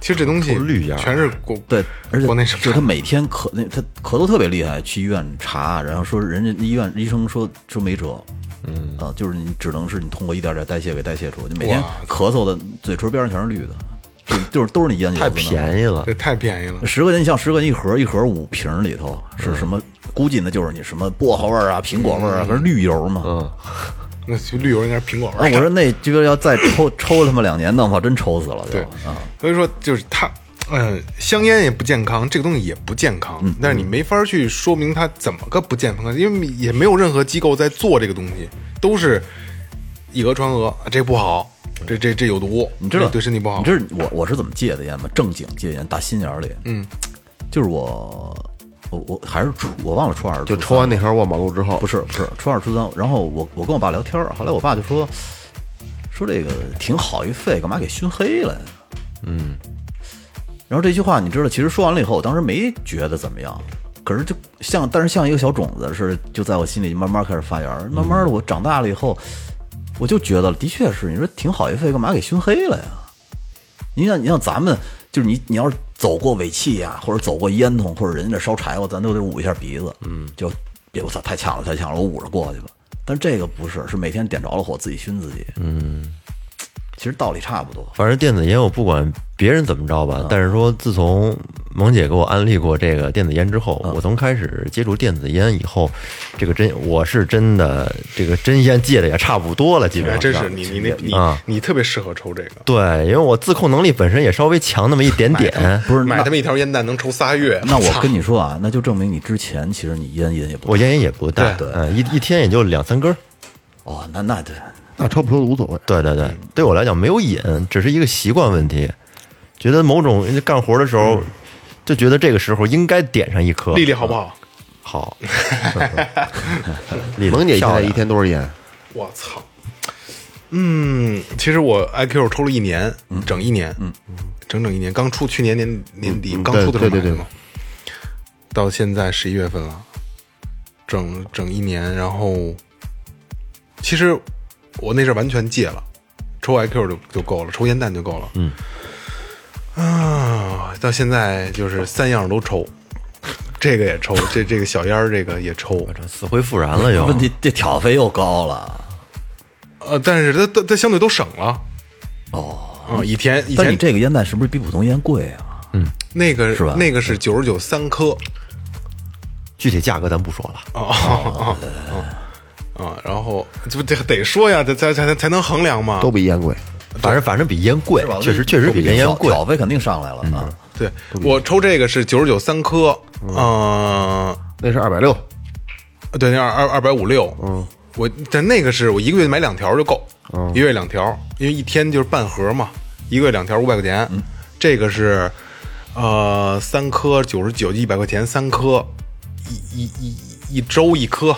Speaker 3: 其实这东西
Speaker 2: 抽绿烟儿
Speaker 3: 全是国
Speaker 5: 对，而且
Speaker 3: 国内生
Speaker 5: 就
Speaker 3: 产
Speaker 5: 他每天咳，那他咳嗽特别厉害，去医院查，然后说人家医院医生说说没辙，嗯啊，就是你只能是你通过一点点代谢给代谢出，就每天
Speaker 3: 哇
Speaker 5: 咳嗽的嘴唇边上全是绿的，就就是都是你烟油子
Speaker 2: 太
Speaker 4: 哎
Speaker 5: 呢
Speaker 2: 便宜了
Speaker 3: 这，太便宜了。
Speaker 5: 十块钱，你像十块钱一盒，一盒五瓶里头
Speaker 3: 嗯
Speaker 5: 是什么？估计那就是你什么薄荷味儿啊、苹果味儿啊，跟绿油嘛。嗯，
Speaker 3: 那绿油应该是苹果味
Speaker 5: 啊，
Speaker 3: 儿。
Speaker 5: 我说那这个要再抽抽他妈两年，那我真抽死了就
Speaker 3: 对
Speaker 5: 啊。
Speaker 3: 所以说就是它，嗯、香烟也不健康，这个东西也不健康，
Speaker 5: 嗯
Speaker 3: 但是你没法去说明它怎么个不健康，因为也没有任何机构在做这个东西，都是以讹传讹，啊这不好，这这这有毒，
Speaker 5: 你知道
Speaker 3: 哎这对身体不好。
Speaker 5: 你知道我我是怎么戒的烟吗？正经戒烟，打心眼儿里。嗯，就是我我我还是初我忘了初二还是
Speaker 4: 就
Speaker 5: 初
Speaker 4: 抽
Speaker 5: 三
Speaker 4: 完那盒过马路之后，
Speaker 5: 不是不是初二初三，然后我我跟我爸聊天儿，后来我爸就说说这个挺好一肺，干嘛给熏黑了呀？嗯，然后这句话你知道，其实说完了以后，我当时没觉得怎么样。可是就像，但是像一个小种子似的，就在我心里慢慢开始发芽儿。慢慢的，
Speaker 3: 嗯
Speaker 5: 我长大了以后，我就觉得，的确是，你说挺好一肺，干嘛给熏黑了呀？你像你像咱们，就是你你要是走过尾气呀、或者走过烟囱，或者人家烧柴火，咱都得捂一下鼻子，嗯，就别我操太呛了太呛了，我捂着过去吧。但这个不是，是每天点着了火自己熏自己，嗯，其实道理差不多。
Speaker 2: 反正电子烟我不管别人怎么着吧，但是说自从萌姐给我安利过这个电子烟之后，我从开始接触电子烟以后，这个真我是真的这个真烟戒的也差不多了，基本
Speaker 3: 哎，
Speaker 2: 上
Speaker 3: 真是你你那你
Speaker 2: 啊
Speaker 3: 你特别适合抽这个，
Speaker 2: 对，因为我自控能力本身也稍微强那么一点点，
Speaker 5: 不是
Speaker 3: 买
Speaker 5: 那
Speaker 3: 他们一条烟弹能抽仨月。
Speaker 5: 那我
Speaker 3: 操
Speaker 5: 跟你说啊，那就证明你之前其实你烟瘾也不
Speaker 2: 我烟瘾也不大，嗯，一一天也就两三根儿。
Speaker 5: 哦，那那对，
Speaker 2: 哎
Speaker 4: 那抽不抽都无所谓。
Speaker 2: 对对对，对我来讲没有瘾，只是一个习惯问题。觉得某种干活的时
Speaker 3: 嗯
Speaker 2: 候，就觉得这个时候应该点上一颗。
Speaker 3: 丽丽好不好？ *laughs*
Speaker 2: 好，丽丽
Speaker 4: 萌姐现
Speaker 2: 漂
Speaker 4: 在
Speaker 2: 亮
Speaker 4: 一天多少烟？
Speaker 3: 我操！嗯，其实我 IQ 抽了一年，整一年，嗯，整整一年，刚出去年年年底
Speaker 4: 嗯
Speaker 3: 刚
Speaker 4: 对
Speaker 3: 出的时候
Speaker 4: 对
Speaker 3: 买
Speaker 4: 对
Speaker 3: 的
Speaker 4: 对
Speaker 3: 嘛，到现在十一月份了，整整一年，然后其实我那阵儿完全戒了，抽 IQ 就就够了，抽烟弹就够了，嗯，啊，到现在就是三样都抽，这个也抽，这这个小烟儿这个也抽，
Speaker 2: 死灰复燃了又。
Speaker 5: 问题这挑费又高了。
Speaker 3: 呃，但是它它它相对都省了。哦，嗯，以前以
Speaker 5: 但
Speaker 3: 前
Speaker 5: 你这个烟弹是不是比普通烟贵啊？
Speaker 3: 那个
Speaker 5: 是吧
Speaker 3: 那个是嗯九十九三颗
Speaker 2: 具体价格咱不说了，
Speaker 3: 啊，然后这不得得说呀，这才才才能衡量嘛。
Speaker 4: 都比烟贵。
Speaker 2: 反正反正比烟贵
Speaker 5: 是吧，
Speaker 2: 确实确实比人烟贵。嗯
Speaker 5: 挑费肯定上来了啊。
Speaker 3: 对我抽这个是九十九三颗，嗯、
Speaker 4: 那是二百六，
Speaker 3: 对，那二二二百五六，嗯，我但那个是我一个月买两条就够，一个月两条，因为一天就是半盒嘛，一个月两条五百块钱，这个是呃三颗九十九一百块钱三颗，一一一一周一颗，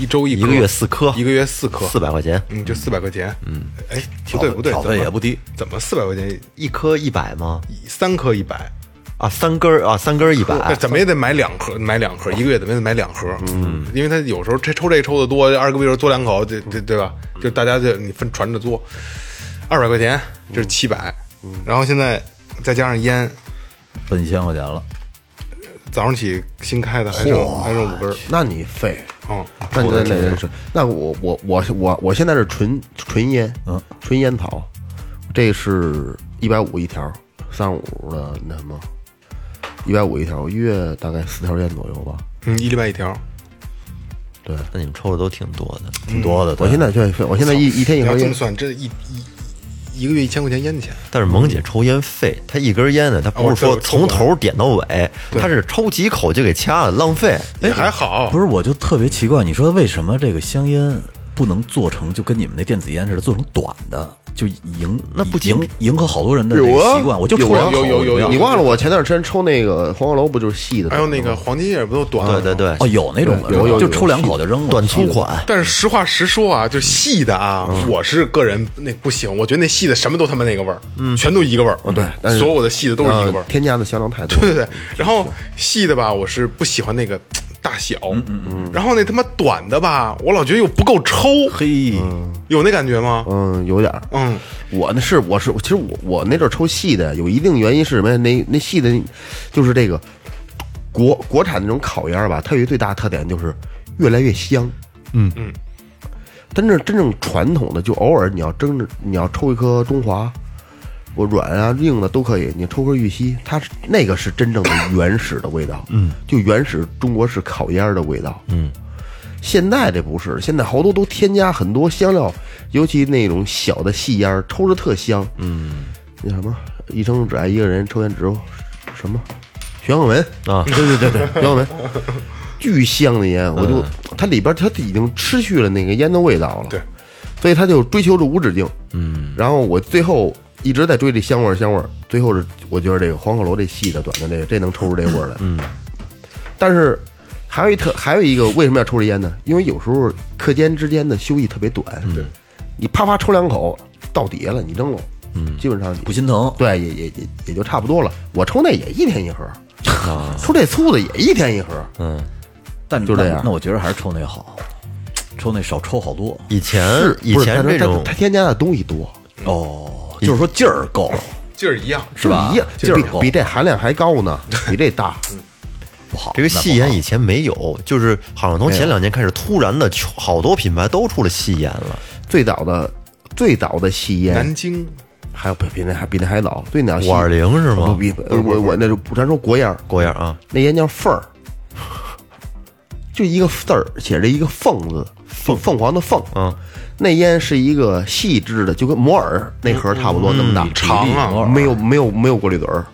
Speaker 3: 一周一颗
Speaker 2: 一个月四颗
Speaker 3: 一个月四颗，
Speaker 2: 四百块钱，
Speaker 3: 嗯，就四百块钱，嗯，哎，不对不对，
Speaker 5: 挑
Speaker 3: 怎么
Speaker 5: 费也不低，
Speaker 3: 怎么四百块钱
Speaker 2: 一颗一百吗？
Speaker 3: 三颗一百？
Speaker 2: 啊，三根儿啊，三根儿一
Speaker 3: *laughs* 那
Speaker 2: 百。
Speaker 3: 怎么也得买两盒，买两盒，一个月怎么也得买两盒，嗯，因为他有时候这抽这抽的多，二哥比如说嘬两口，这这对吧？就大家就你分传着嘬，二百块钱这是七百，然后现在再加上烟，
Speaker 5: 奔一千块钱了。
Speaker 3: 早上起新开的还剩还剩五根儿，
Speaker 4: 那你废。
Speaker 3: 嗯，
Speaker 4: 那那那那是，那我我我我我现在是纯纯烟，
Speaker 5: 嗯，
Speaker 4: 纯烟草，这是一百五一条，三五的那什么，一百五一条，一月大概四条烟左右吧。
Speaker 3: 嗯，一礼拜一条，
Speaker 4: 对，
Speaker 2: 那你们抽的都挺多的，
Speaker 3: 嗯
Speaker 2: 挺多的。
Speaker 4: 我现在就我现在一一天
Speaker 3: 你
Speaker 4: 一
Speaker 3: 要
Speaker 4: 盒
Speaker 3: 这么
Speaker 4: 烟，
Speaker 3: 算，这一一一个月一千块钱烟的钱，
Speaker 2: 但是萌姐抽烟费，她一根烟呢，她不是
Speaker 3: 哦
Speaker 2: 说
Speaker 3: 我抽
Speaker 2: 从头点到尾，她是抽几口就给掐了，浪费。
Speaker 3: 也还
Speaker 2: 哦
Speaker 3: 好，
Speaker 5: 不是，我就特别奇怪，你说为什么这个香烟不能做成就跟你们那电子烟似的，做成短的，就迎
Speaker 2: 那不
Speaker 5: 迎
Speaker 2: 行
Speaker 5: 迎合好多人的这个习惯，我就出
Speaker 4: 有
Speaker 5: 两
Speaker 4: 啊
Speaker 5: 口，
Speaker 3: 有有有
Speaker 5: 我不
Speaker 4: 你
Speaker 5: 要
Speaker 4: 忘了我前段时间抽那个黄鹤楼不就是细的？
Speaker 3: 还有那个黄金叶不都短了
Speaker 2: 对
Speaker 3: 吗
Speaker 2: 对对，
Speaker 5: 哦，有那种的
Speaker 4: 有有有
Speaker 5: 就抽两口就扔了，
Speaker 2: 短粗款。
Speaker 3: 但是实话实说啊，就细的啊，
Speaker 4: 嗯
Speaker 3: 我是个人那不行，我觉得那细的什么都他妈那个味儿，全都一个味儿。对
Speaker 4: 嗯哦但是
Speaker 3: 所有的细的都是一个味儿
Speaker 4: 呃。添加的销量太多。
Speaker 3: *laughs* 对对对，然后细的吧，我是不喜欢那个大小，
Speaker 4: 嗯
Speaker 3: 然后那他妈短的吧，我老觉得又不够抽，
Speaker 5: 嘿，
Speaker 3: 有那感觉吗？
Speaker 4: 嗯，有点儿。
Speaker 3: 嗯，
Speaker 4: 我那是我是其实我我那阵儿抽细的，有一定原因是什么呀？那那细的，就是这个国国产那种烤烟儿吧，它有一最大的特点就是越来越香。
Speaker 2: 嗯
Speaker 3: 嗯，
Speaker 4: 真正真正传统的，就偶尔你要蒸着你要抽一颗中华，我软啊硬的都可以，你抽颗玉溪，它是那个是真正的原始的味道。嗯，就原始中国式烤烟儿的味道。嗯。现在这不是，现在好多都添加很多香料，尤其那种小的细烟儿，抽着特香。嗯，那什么，一生只爱一个人，抽烟只有什么？玄鹤门
Speaker 2: 啊
Speaker 4: 对对对对，玄 *laughs* 鹤门，巨香的烟，我就、它里边它已经失去了那个烟的味道了。
Speaker 3: 对，
Speaker 4: 所以他就追求着无止境。嗯，然后我最后一直在追这香味儿，香味儿，最后是我觉得这个黄鹤楼这细的、短的这个，这能抽出这味儿来。嗯，但是还有一特，还有一个为什么要抽这烟呢？因为有时候课间之间的休息特别短，对、你啪啪抽两口到底下了，你扔了，嗯，基本上
Speaker 5: 不心疼。
Speaker 4: 对，也也也也就差不多了。我抽那也一天一盒，
Speaker 2: 啊
Speaker 4: 抽这粗的也一天一盒。
Speaker 2: 嗯
Speaker 5: 但
Speaker 4: 就这
Speaker 5: 那
Speaker 4: 样
Speaker 5: 那我觉得还是抽那好，抽那少抽好多。
Speaker 2: 以前
Speaker 4: 是
Speaker 2: 以
Speaker 4: 不是
Speaker 2: 前
Speaker 4: 它
Speaker 2: 这种
Speaker 4: 它它添加的东西多，
Speaker 5: 哦，就是说劲儿够，
Speaker 3: 劲儿一样，
Speaker 5: 是吧？
Speaker 4: 一样
Speaker 5: 劲
Speaker 4: 比
Speaker 5: 儿够
Speaker 4: 比这含量还
Speaker 2: *laughs*
Speaker 4: 高呢，比这大。
Speaker 2: 嗯
Speaker 5: 不好。
Speaker 2: 这个细烟
Speaker 5: 那
Speaker 2: 以前没有，就是好像从前两年开始，突然的全好多品牌都出了细烟了。
Speaker 4: 最早的最早的吸烟
Speaker 3: 南京
Speaker 4: 还有比比那还比那还老，对鸟
Speaker 2: 五二零是吗
Speaker 4: 不比呃我我那就不咱说国烟儿，
Speaker 2: 郭样啊，
Speaker 4: 那烟叫凤儿，就一个字儿写着一个凤字，凤凤凰的凤。
Speaker 2: 嗯，
Speaker 4: 那烟是一个细致的，就跟摩尔那盒差不多那么
Speaker 2: 嗯
Speaker 4: 大，
Speaker 3: 长啊
Speaker 4: 比例没有没有没有过滤嘴儿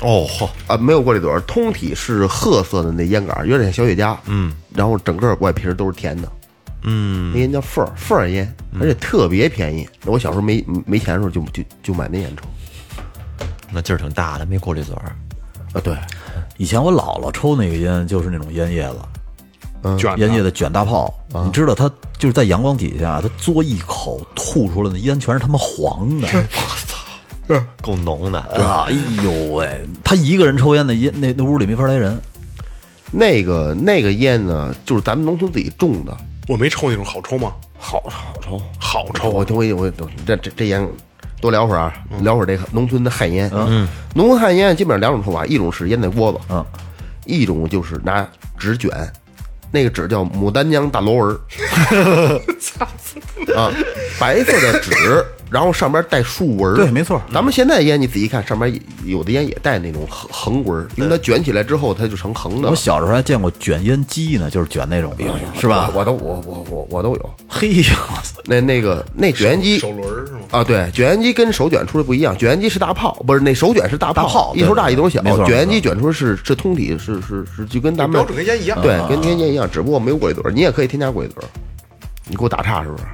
Speaker 2: 哦嚯，
Speaker 4: 啊，没有过滤嘴儿，通体是褐色的那烟杆儿，有点像小雪茄。嗯，然后整个外皮儿都是甜的。嗯，那烟叫凤儿凤儿烟，而且特别便宜。我小时候没没钱的时候就就就买那烟抽
Speaker 2: 那劲儿挺大的，没过滤嘴儿。
Speaker 4: 啊，对，
Speaker 5: 以前我姥姥抽那个烟就是那种烟叶子，
Speaker 4: 哦啊
Speaker 3: 卷
Speaker 5: 烟叶
Speaker 3: 的
Speaker 5: 的卷大炮，你知道它就是在阳光底下，它嘬一口吐出来的烟全是他妈黄的，
Speaker 2: 够浓的，
Speaker 5: 哎呦喂！他一个人抽烟的烟，那那屋里没法来人。
Speaker 4: 那个那个烟呢，就是咱们农村自己种的，
Speaker 3: 我没抽那种好抽吗？
Speaker 4: 好好抽，
Speaker 3: 好抽
Speaker 4: 我
Speaker 3: 啊，
Speaker 4: 听我我我这这这烟，多聊会儿啊，聊会儿这个农村的旱烟。嗯，农村旱烟基本上两种抽法，一种是烟在锅子，
Speaker 5: 嗯，
Speaker 4: 一种就是拿纸卷，那个纸叫牡丹江大螺纹儿，啊，白色的纸，然后上边带竖纹儿。
Speaker 5: 对没错
Speaker 4: 咱们现在烟你仔细看，上边也有的烟也带那种横横纹儿，因为它卷起来之后它就成横的了。
Speaker 5: 我小时候还见过卷烟机呢，就是卷那种的，是吧？
Speaker 4: 我我都我我我我都有。
Speaker 5: 嘿呀，我操
Speaker 4: 那那个那卷烟机
Speaker 3: 手轮儿是吗？
Speaker 4: 啊，对，卷烟机跟手卷出来不一样，卷烟机是大炮，不是那手卷是大炮，
Speaker 5: 大炮
Speaker 4: 一头大一头小
Speaker 5: 没错，
Speaker 4: 卷烟机卷出来是是通体是是是就跟咱们
Speaker 3: 标准跟烟一样
Speaker 5: 啊
Speaker 4: 对，跟跟烟一样，只不过没有过滤嘴儿，你也可以添加过滤嘴儿。你给我打岔是不是？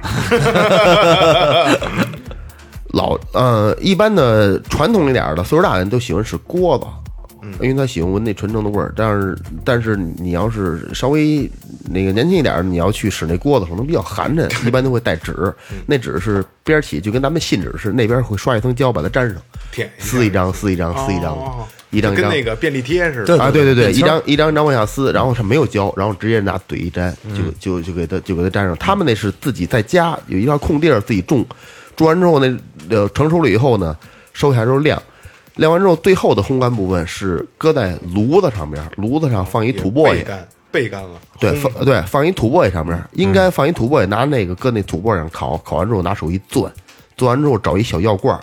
Speaker 4: 老呃，一般的传统一点儿的岁数大的人都喜欢使锅子，
Speaker 3: 嗯
Speaker 4: 因为他喜欢闻那纯正的味儿。但是但是你要是稍微那个年轻一点儿，你要去使那锅子，可能比较寒碜，一般都会带纸，
Speaker 3: 嗯
Speaker 4: 那纸是边儿起就跟咱们信纸似的，那边儿会刷一层胶把它粘上，
Speaker 3: 舔一下
Speaker 4: 撕一张撕一张撕一张
Speaker 3: 哦，
Speaker 4: 一张一
Speaker 3: 跟
Speaker 4: 张
Speaker 3: 那个便利贴似的。
Speaker 4: 啊，对对对，一
Speaker 5: 签
Speaker 4: 张
Speaker 5: 儿
Speaker 4: 一张一张往下撕，然后是没有胶，然后直接拿嘴一粘，就就就给它就给它粘上。他们那是自己在家有一块空地儿自己种，种完之后那呃成熟了以后呢，收下来之后晾，晾完之后最后的烘干部分是搁在炉子上边儿，炉子上放一土簸
Speaker 3: 背
Speaker 4: 箕，
Speaker 3: 干背干了，
Speaker 4: 对
Speaker 3: 烘
Speaker 4: 放对放一嗯土簸箕上面儿，应该放一土簸箕，拿那个搁那土簸箕上烤，烤完之后拿手一攥，攥完之后找一小药罐儿，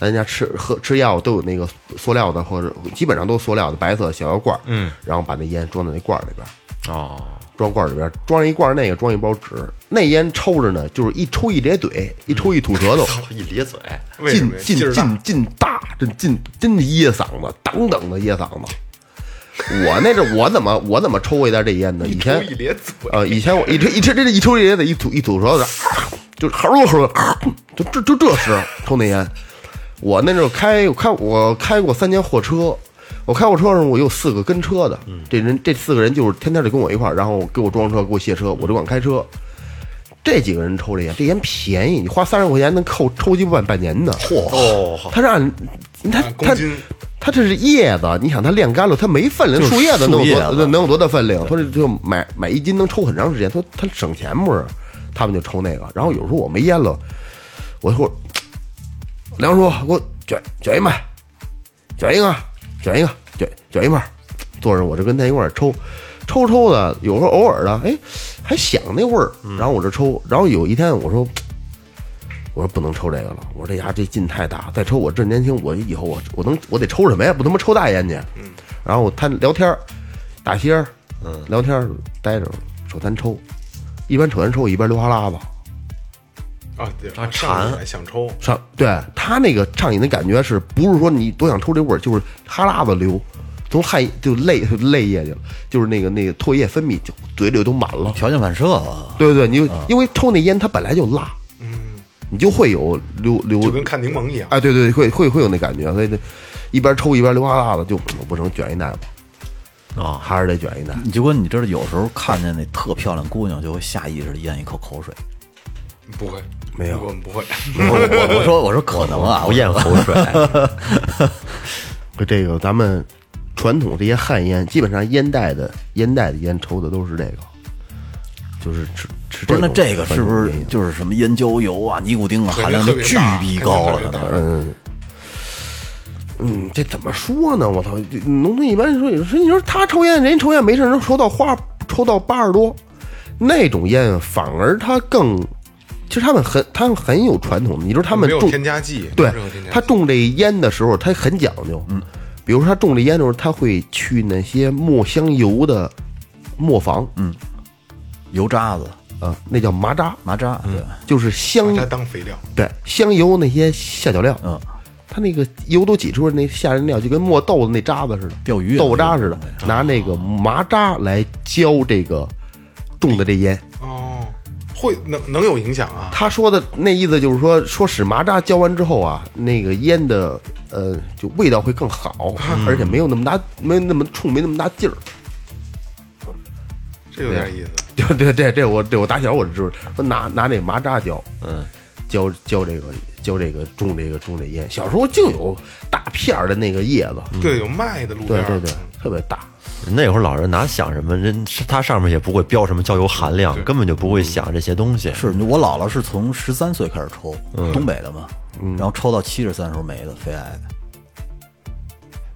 Speaker 4: 咱家吃喝吃药都有那个塑料的或者基本上都是塑料的白色小药罐，嗯，然后把那烟装在那罐儿里边儿，
Speaker 2: 哦，
Speaker 4: 装罐儿里边儿，装一罐儿那个，装一包纸，那烟抽着呢，就是一抽一咧嘴，一抽一吐 *laughs* 舌头，
Speaker 2: 一咧嘴，
Speaker 3: 为什
Speaker 4: 劲
Speaker 3: 么呀
Speaker 4: 劲
Speaker 3: 劲儿大
Speaker 4: 劲劲大，这劲真的噎嗓子，等等的噎嗓子。我那阵我怎么我怎么抽过一袋这烟呢？以前
Speaker 3: 抽 *laughs* 一咧嘴，
Speaker 4: 呃，以前我一吃一吃这一抽这烟得一吐一吐舌头，就哈喽哈喽，就这就这时抽那烟。我那时候开我开我开过三年货车，我开货车的时候我有四个跟车的，
Speaker 3: 嗯
Speaker 4: 这人这四个人就是天天得跟我一块儿，然后给我装车给我卸车，我就管开车。这几个人抽这烟，这烟便宜，你花三十块钱能扣抽鸡半半年的。
Speaker 2: 哦，
Speaker 4: 它是按它
Speaker 3: 按啊公
Speaker 4: 它
Speaker 3: 斤
Speaker 4: 它这是叶子，你想它晾干了，它没分量，树叶子能
Speaker 5: 树叶
Speaker 4: 有
Speaker 5: 子
Speaker 4: 多能有多大分量？他这就买买一斤能抽很长时间，他他省钱不是？他们就抽那个，然后有时候我没烟了，我说梁叔给我卷卷一麦，卷一个，卷一个，卷卷一麦，坐着我就跟他一块儿抽。抽抽的，有时候偶尔的，哎，还想那味儿，
Speaker 5: 嗯
Speaker 4: 然后我就抽，然后有一天我说，我说不能抽这个了，我说这牙这劲太大，再抽我这年轻，我以后我我能我得抽什么呀？不他妈抽大烟去。嗯。然后我他聊天儿，打仙儿，嗯，聊天儿待着，手单抽，一边抽单抽一边流哈喇子。
Speaker 3: 啊，对，
Speaker 2: 他
Speaker 3: 上
Speaker 2: 馋
Speaker 3: 来想抽，
Speaker 4: 上对他那个上瘾的感觉是不是说你多想抽这味儿，就是哈喇子流，从汗就泪就泪液去了，就是那个那个唾液分泌就嘴里都满了。
Speaker 5: 条件反射啊！
Speaker 4: 对对，你就因为抽那烟它本来就辣，嗯，你就会有流流
Speaker 3: 就跟看柠檬一样。
Speaker 4: 哎，对对，会会会有那感觉，所以这一边抽一边流哈喇子，就我不成卷一袋吧，
Speaker 5: 哦
Speaker 2: 啊
Speaker 4: 还是得卷一袋。
Speaker 5: 你就跟你知道，有时候看见那特漂亮姑娘，就会下意识的咽一口口水。
Speaker 3: 不会，
Speaker 4: 没有嗯
Speaker 3: 我们不会。
Speaker 5: 我我说我说可能啊，
Speaker 2: 我咽口水， *laughs*
Speaker 5: 嗯
Speaker 4: 这个咱们传统这些旱烟，基本上烟袋的烟袋的烟抽的都是这个，就是吃吃
Speaker 5: 不是那
Speaker 4: 种
Speaker 5: 这个是
Speaker 4: 传
Speaker 5: 不
Speaker 4: 统
Speaker 5: 是
Speaker 4: 烟瘾
Speaker 5: 就是什么烟焦油啊、尼古丁啊，
Speaker 3: 对
Speaker 5: 含量都巨逼
Speaker 3: 那
Speaker 5: 高
Speaker 3: 特别
Speaker 5: 了？
Speaker 3: 大
Speaker 5: 那是
Speaker 4: 嗯，这怎么说呢？我操，这农村一般说，说你说他抽烟，人家抽烟没事，能抽到花，抽到八十多，那种烟反而他更其实他们很他们很有传统的，你知道他们
Speaker 3: 没有
Speaker 4: 种
Speaker 3: 添加剂，
Speaker 4: 对
Speaker 3: 没有任何添加剂
Speaker 4: 他种这烟的时候，他很讲究。嗯，比如说他种这烟的时候，他会去那些磨香油的磨坊，嗯
Speaker 5: 油渣子、
Speaker 4: 啊，那叫麻渣，
Speaker 5: 麻渣，对，
Speaker 4: 就是
Speaker 3: 把
Speaker 4: 香
Speaker 3: 它当肥料。
Speaker 4: 对香油那些下脚料，
Speaker 5: 嗯，
Speaker 4: 他那个油都挤出来，那下人料就跟磨豆子那渣子似的，
Speaker 5: 钓鱼啊
Speaker 4: 豆渣似的，拿那个麻渣来浇这个种的这烟。
Speaker 3: 哦，会能能有影响啊？
Speaker 4: 他说的那意思就是说，说使麻渣浇完之后啊，那个烟的呃，就味道会更好，而且没有那么大，没有那么冲，没那么大劲 *laughs* 儿。
Speaker 3: 这有点意思。
Speaker 4: 就这这这我这我打小我就知道，说拿拿那麻扎浇，嗯，浇浇这个浇这个种这个种这烟。小时候就有大片儿的那个叶子，
Speaker 3: 对，有卖的路边
Speaker 4: 嗯对
Speaker 3: 儿
Speaker 4: 对对，特别大。
Speaker 2: 那会儿老人哪想什么，人他上面也不会标什么焦油含量，根本就不会想这些东西。
Speaker 5: 是我姥姥是从十三岁开始抽，东北的嘛，然后抽到七十三时候没的，肺癌。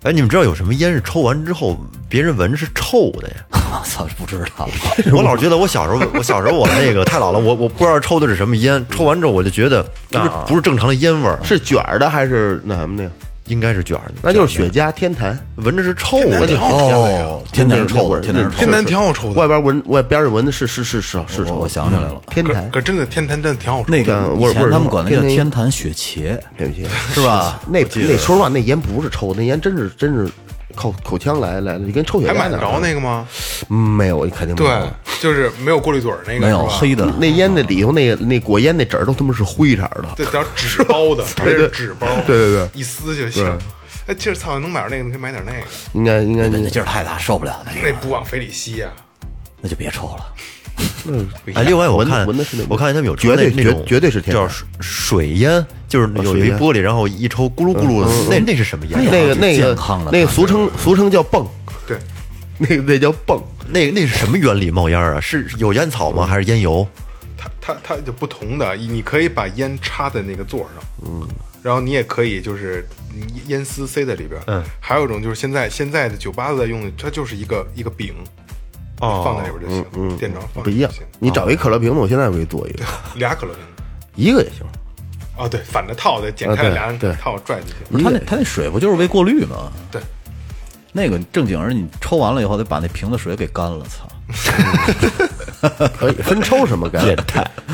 Speaker 2: 哎，你们知道有什么烟是抽完之后别人闻是臭的
Speaker 4: *laughs*
Speaker 2: 呀？
Speaker 5: 我啊操，不知道，
Speaker 2: 我老觉得我小时候，我小时候我那个太老了，我我不知道抽的是什么烟，抽完之后我就觉得不是不是正常的烟味儿，
Speaker 4: 啊
Speaker 2: 啊
Speaker 4: 是卷儿的还是那什么的呀？
Speaker 2: 应该是卷的，
Speaker 4: 那就是雪茄、天坛，
Speaker 2: 闻着是臭的。
Speaker 5: 哦，天天抽的，天天
Speaker 3: 天
Speaker 5: 抽的
Speaker 3: 坛，挺好抽
Speaker 4: 外
Speaker 3: 的，
Speaker 4: 边闻外边儿闻的是是是是是
Speaker 5: 我
Speaker 4: 臭
Speaker 5: 我想起来了，
Speaker 4: 天坛
Speaker 3: 可真的天坛真的挺好抽的。
Speaker 5: 那个
Speaker 4: 味儿
Speaker 5: 以前他们管那叫
Speaker 4: 味儿
Speaker 5: 天坛雪茄，
Speaker 4: 对不起，
Speaker 5: 是吧？
Speaker 4: 那那说实话，那烟不是抽，那烟真是真是靠口腔来来的，就跟抽雪
Speaker 3: 还
Speaker 4: 茄
Speaker 3: 买
Speaker 4: 似
Speaker 3: 得
Speaker 4: 的。
Speaker 3: 着那个吗？
Speaker 4: 嗯没有，肯定没有
Speaker 3: 对，就是没有过滤嘴儿那个，
Speaker 5: 没有
Speaker 3: 是吧
Speaker 5: 黑的，
Speaker 4: 那烟那里头那那裹烟那纸儿都他妈是灰色儿的，
Speaker 3: 对，叫纸包
Speaker 4: *laughs*
Speaker 3: 的，而且是纸包，
Speaker 4: 对对对
Speaker 3: 一撕就行。哎，其实操，能买着那个，你可以买点那个，
Speaker 4: 应该应该
Speaker 5: 那劲儿太大，受不了，那
Speaker 3: 那
Speaker 5: 个
Speaker 3: 不往肥里吸啊呀。
Speaker 5: 那就别抽了。
Speaker 2: 哎，另外我看
Speaker 4: 闻的是那
Speaker 2: 我看见他们有
Speaker 4: 绝对
Speaker 2: 抽那那种
Speaker 4: 绝绝对是天然哦
Speaker 2: 叫水水烟，就是有
Speaker 4: 水
Speaker 2: 一
Speaker 4: 烟嗯
Speaker 2: 玻璃，然后一抽咕噜咕噜的，那那是什么烟？啊
Speaker 4: 那个那
Speaker 5: 健
Speaker 4: 个
Speaker 5: 康的
Speaker 4: 那个
Speaker 5: 它
Speaker 4: 俗称俗称叫泵，
Speaker 3: 对，
Speaker 4: 那个那叫泵，
Speaker 2: 那那是什么原理冒烟儿啊？是有烟草
Speaker 4: 嗯
Speaker 2: 吗？还是烟油？
Speaker 3: 它它它就不同的，你可以把烟插在那个座儿上，嗯，然后你也可以就是你烟丝塞在里边，嗯，还有一种就是现在现在的酒吧都在用的，它就是一个一个饼，
Speaker 2: 哦
Speaker 3: 放在里边就行，嗯，店长放
Speaker 4: 不一样
Speaker 3: 就行。
Speaker 4: 你找一可乐瓶子，我现在我给你做一个，
Speaker 3: 俩可乐瓶，
Speaker 4: 一个也行。
Speaker 3: 哦，对，反着套的，剪
Speaker 4: 啊
Speaker 3: 开了
Speaker 4: 对
Speaker 3: 俩
Speaker 4: 对
Speaker 3: 套拽进去，
Speaker 5: 不是他那他那水不就是为过滤吗？
Speaker 3: 对，
Speaker 5: 那个正经人，你抽完了以后得把那瓶子水给干了，操！
Speaker 4: 可以分抽什么干？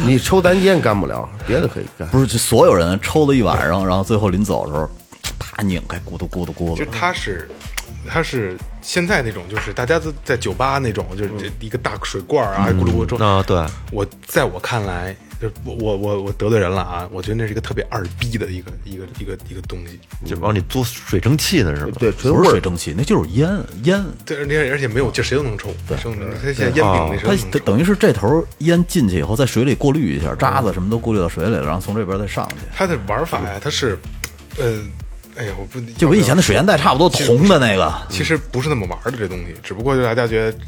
Speaker 4: 你抽咱烟干不了，别的可以干。
Speaker 5: 不是，就所有人抽了一晚上，然后最后临走的时候，啪拧开，咕嘟咕嘟咕
Speaker 3: 其实
Speaker 5: 嘟，
Speaker 3: 它是。它是现在那种，就是大家都在酒吧那种，就是这一个大水罐儿啊，咕噜咕噜
Speaker 2: *laughs*
Speaker 3: 装
Speaker 2: 啊，对，
Speaker 3: 我在我看来，就是我我我我得罪人了啊！我觉得那是一个特别二逼的一个一个一个一个东西，
Speaker 2: 就往里嘬水蒸气呢，是吗？
Speaker 4: 对，纯
Speaker 5: 不
Speaker 4: 味儿
Speaker 5: 是水蒸气，那就是烟烟。
Speaker 3: 对，而且而且没有劲，谁都能抽，谁都能抽。他现在烟饼那谁都
Speaker 5: 它
Speaker 3: 能抽，
Speaker 5: 等于是这头烟进去以后，在水里过滤一下，渣子什么都过滤到水里了，然后从这边再上去，
Speaker 3: 他的玩法呀，他是，呃，哎呀，我不
Speaker 5: 就跟以前的水烟袋差不多，铜的那个。
Speaker 3: 其实不是那么玩的这东西，只不过就大家觉得，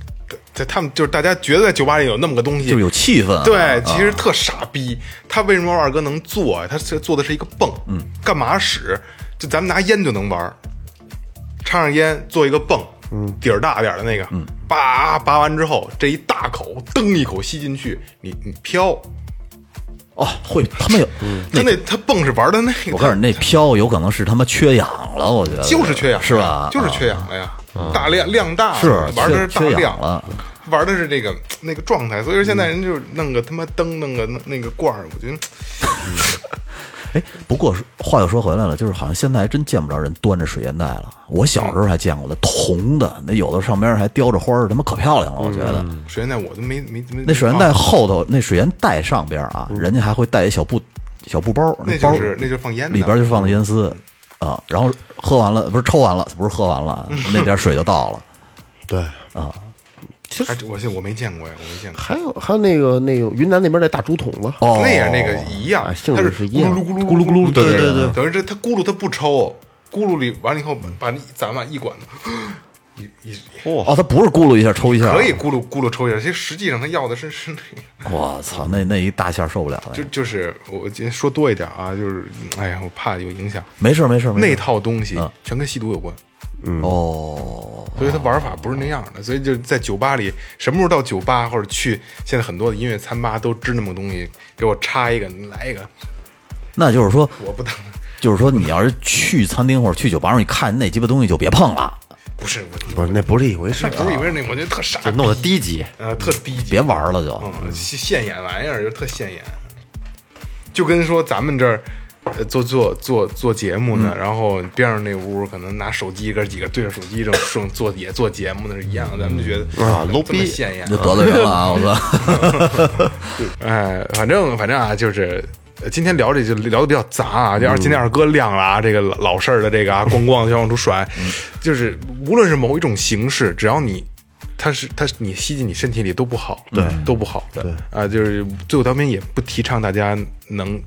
Speaker 3: 在他们就是大家觉得在酒吧里有那么个东西，
Speaker 5: 就是有气氛啊
Speaker 3: 对，其实特傻逼。他为什么二哥能做呀？啊他是做的是一个泵，嗯，干嘛使？就咱们拿烟就能玩儿，插上烟做一个泵，嗯，底儿大点儿的那个，嗯，叭拔完之后，这一大口，噔一口吸进去，你你飘，
Speaker 5: 哦，会他们有，
Speaker 3: 他那他泵是玩的那个，
Speaker 5: 我告诉你，那飘有可能是他妈缺氧了，我觉得
Speaker 3: 就是缺氧，啊
Speaker 5: 是吧？啊嗯
Speaker 3: 就是缺氧了呀，大量量大了，
Speaker 5: 是
Speaker 3: 玩的是大
Speaker 5: 缺缺
Speaker 3: 量
Speaker 5: 氧了，嗯
Speaker 3: 玩的是这个那个状态。所以说现在人就是弄个他妈灯，弄个那那个罐儿，我觉得
Speaker 5: 哎，不过是话又说回来了，就是好像现在还真见不着人端着水烟袋了。我小时候还见过的，铜的，那有的上边还雕着花儿，他妈可漂亮了，我觉得。
Speaker 3: 水烟袋我都没没没
Speaker 5: 那水烟袋
Speaker 3: 放
Speaker 5: 后头，那水烟袋上边啊，人家还会带一小布小布包，
Speaker 3: 那
Speaker 5: 包
Speaker 3: 就是那就是放烟的
Speaker 5: 里边就放的烟丝啊，然后喝完了不是抽完了，不是喝
Speaker 3: *laughs*
Speaker 5: 完了，那点水就到了。
Speaker 4: 对。
Speaker 3: 还我现我没见过呀，我没见过，
Speaker 4: 还有还有那个那个云南那边那大竹筒子，
Speaker 5: 哦，
Speaker 3: 那也那个一样
Speaker 4: 啊，性
Speaker 3: 它
Speaker 4: 质
Speaker 3: 是
Speaker 4: 是一样
Speaker 3: 咕噜咕噜咕噜咕噜，
Speaker 2: 对对对对
Speaker 3: 等于这它咕噜它不抽，咕噜里完了以后把那咱们一管子，一一
Speaker 5: 哦，它不是咕噜一下抽一下，啊
Speaker 3: 可以。咕噜咕噜抽一下，其实实际上它要的是是那个。
Speaker 5: 我操，那那一大下受不了了
Speaker 3: 就。就是我今天说多一点啊，就是哎呀，我怕有影响。
Speaker 5: 没事儿没事儿，没事儿
Speaker 3: 那套东西全跟吸毒有关，
Speaker 5: 哦，
Speaker 3: 所以它玩法不是那样的。所以就在酒吧里，什么时候到酒吧或者去现在很多的音乐餐吧都支那么个东西，给我插一个，你来一个，
Speaker 5: 那就是说，
Speaker 3: 我不当。
Speaker 5: 就是说，你要是去餐厅或者去酒吧上，你看那鸡巴东西就别碰了，
Speaker 3: 不是我，
Speaker 4: 不是那不是一回事
Speaker 3: 那
Speaker 4: 儿
Speaker 3: 不
Speaker 4: 啊
Speaker 3: 是以为那个，我觉得特傻
Speaker 2: 就，弄得低级。
Speaker 3: 呃，特低级，
Speaker 5: 别玩了就。
Speaker 3: 嗯，现眼玩意儿就特现眼，就跟说咱们这儿。呃，做做做做节目呢，
Speaker 2: 嗯
Speaker 3: 然后边上那屋可能拿手机哥几个对着手机正正做也做节目呢是一样的，咱们就觉得啊
Speaker 2: low 嗯逼
Speaker 3: 现眼
Speaker 5: 就
Speaker 3: 啊，
Speaker 5: 得罪人了
Speaker 3: *laughs*
Speaker 5: 啊！我操，
Speaker 3: 哎，反正反正啊，就是呃今天聊这就聊的比较杂啊。
Speaker 5: 嗯
Speaker 3: 这二今天二哥亮了啊，这个老老事儿的这个啊，咣咣就往出甩，
Speaker 5: 嗯
Speaker 3: 就是无论是某一种形式，只要你。它是它是你吸进你身体里都不好，对，都不好的。啊，就是最后调频也不提倡大家能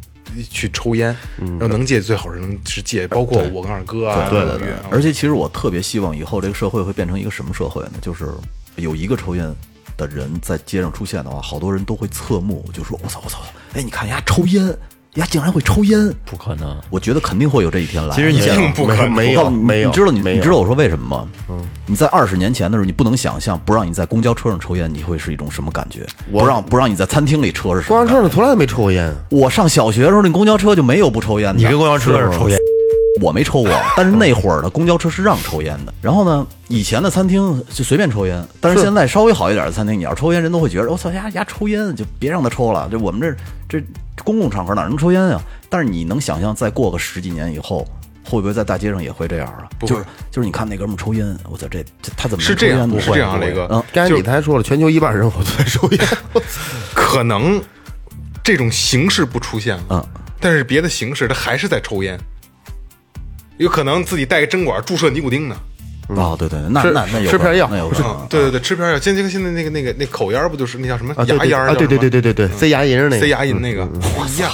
Speaker 3: 去抽烟，然后能戒最好是能是戒，包括我跟二哥啊，
Speaker 5: 嗯对对
Speaker 3: 老
Speaker 5: 对
Speaker 3: 岳啊。
Speaker 5: 而且其实我特别希望以后这个社会会变成一个什么社会呢？就是有一个抽烟的人在街上出现的话，好多人都会侧目，就说：“我操我操，哎，你看人家抽烟，人家竟然会抽烟。
Speaker 2: 不可能”，
Speaker 5: 我觉得肯定会有这一天来。
Speaker 2: 其实你想
Speaker 3: 不可能
Speaker 2: 哎
Speaker 4: 没
Speaker 5: 我告诉
Speaker 4: 有
Speaker 5: 哦你
Speaker 4: 没有，
Speaker 5: 你知道你
Speaker 4: 没
Speaker 5: 你
Speaker 4: 有
Speaker 5: 知道我说为什么吗？嗯，你在二十年前的时候，你不能想象不让你在公交车上抽烟，你会是一种什么感觉？不让不让你在餐厅里抽是什
Speaker 4: 公
Speaker 5: 么
Speaker 4: 交
Speaker 5: 感觉？
Speaker 4: 车上从来没抽过烟，
Speaker 5: 我上小学的时候，那公交车就没有不抽烟的。
Speaker 2: 你跟公交车似的抽烟，
Speaker 5: 我没抽过，但是那会儿的公交车是让抽烟的。然后呢，以前的餐厅就随便抽烟，但是现在稍微好一点的餐厅，你要抽烟，人都会觉得我操，呀呀抽烟，就别让他抽了。这我们这这公共场合哪能抽烟啊？但是你能想象，再过个十几年以后。会不会在大街上也会这样啊？就是就是，你看那哥们儿抽烟，我操，这这他怎么能
Speaker 3: 是这
Speaker 5: 抽
Speaker 3: 样
Speaker 5: 烟不
Speaker 3: 是
Speaker 5: 会
Speaker 3: 这样啊
Speaker 5: 不会
Speaker 3: 雷哥
Speaker 5: 嗯，
Speaker 4: 刚才
Speaker 3: 就
Speaker 4: 你才说了，全球一半人口都在抽烟，
Speaker 3: 可能这种形式不出现了，
Speaker 5: 嗯
Speaker 3: 但是别的形式他还是在抽烟，有可能自己带个针管注射尼古丁呢。
Speaker 5: 哦，对对，对那
Speaker 4: 吃
Speaker 5: 那那有
Speaker 4: 吃片
Speaker 5: 可能
Speaker 4: 药
Speaker 5: 那有可能
Speaker 3: 嗯，对对对，吃片儿药，现在现在那个那个那口烟儿不就是那叫什么
Speaker 4: 啊，对
Speaker 3: 牙
Speaker 4: 对
Speaker 3: 烟儿
Speaker 4: 啊，对对对对对对，塞牙龈儿那
Speaker 3: 对
Speaker 4: 个，
Speaker 3: 塞牙龈那个一样，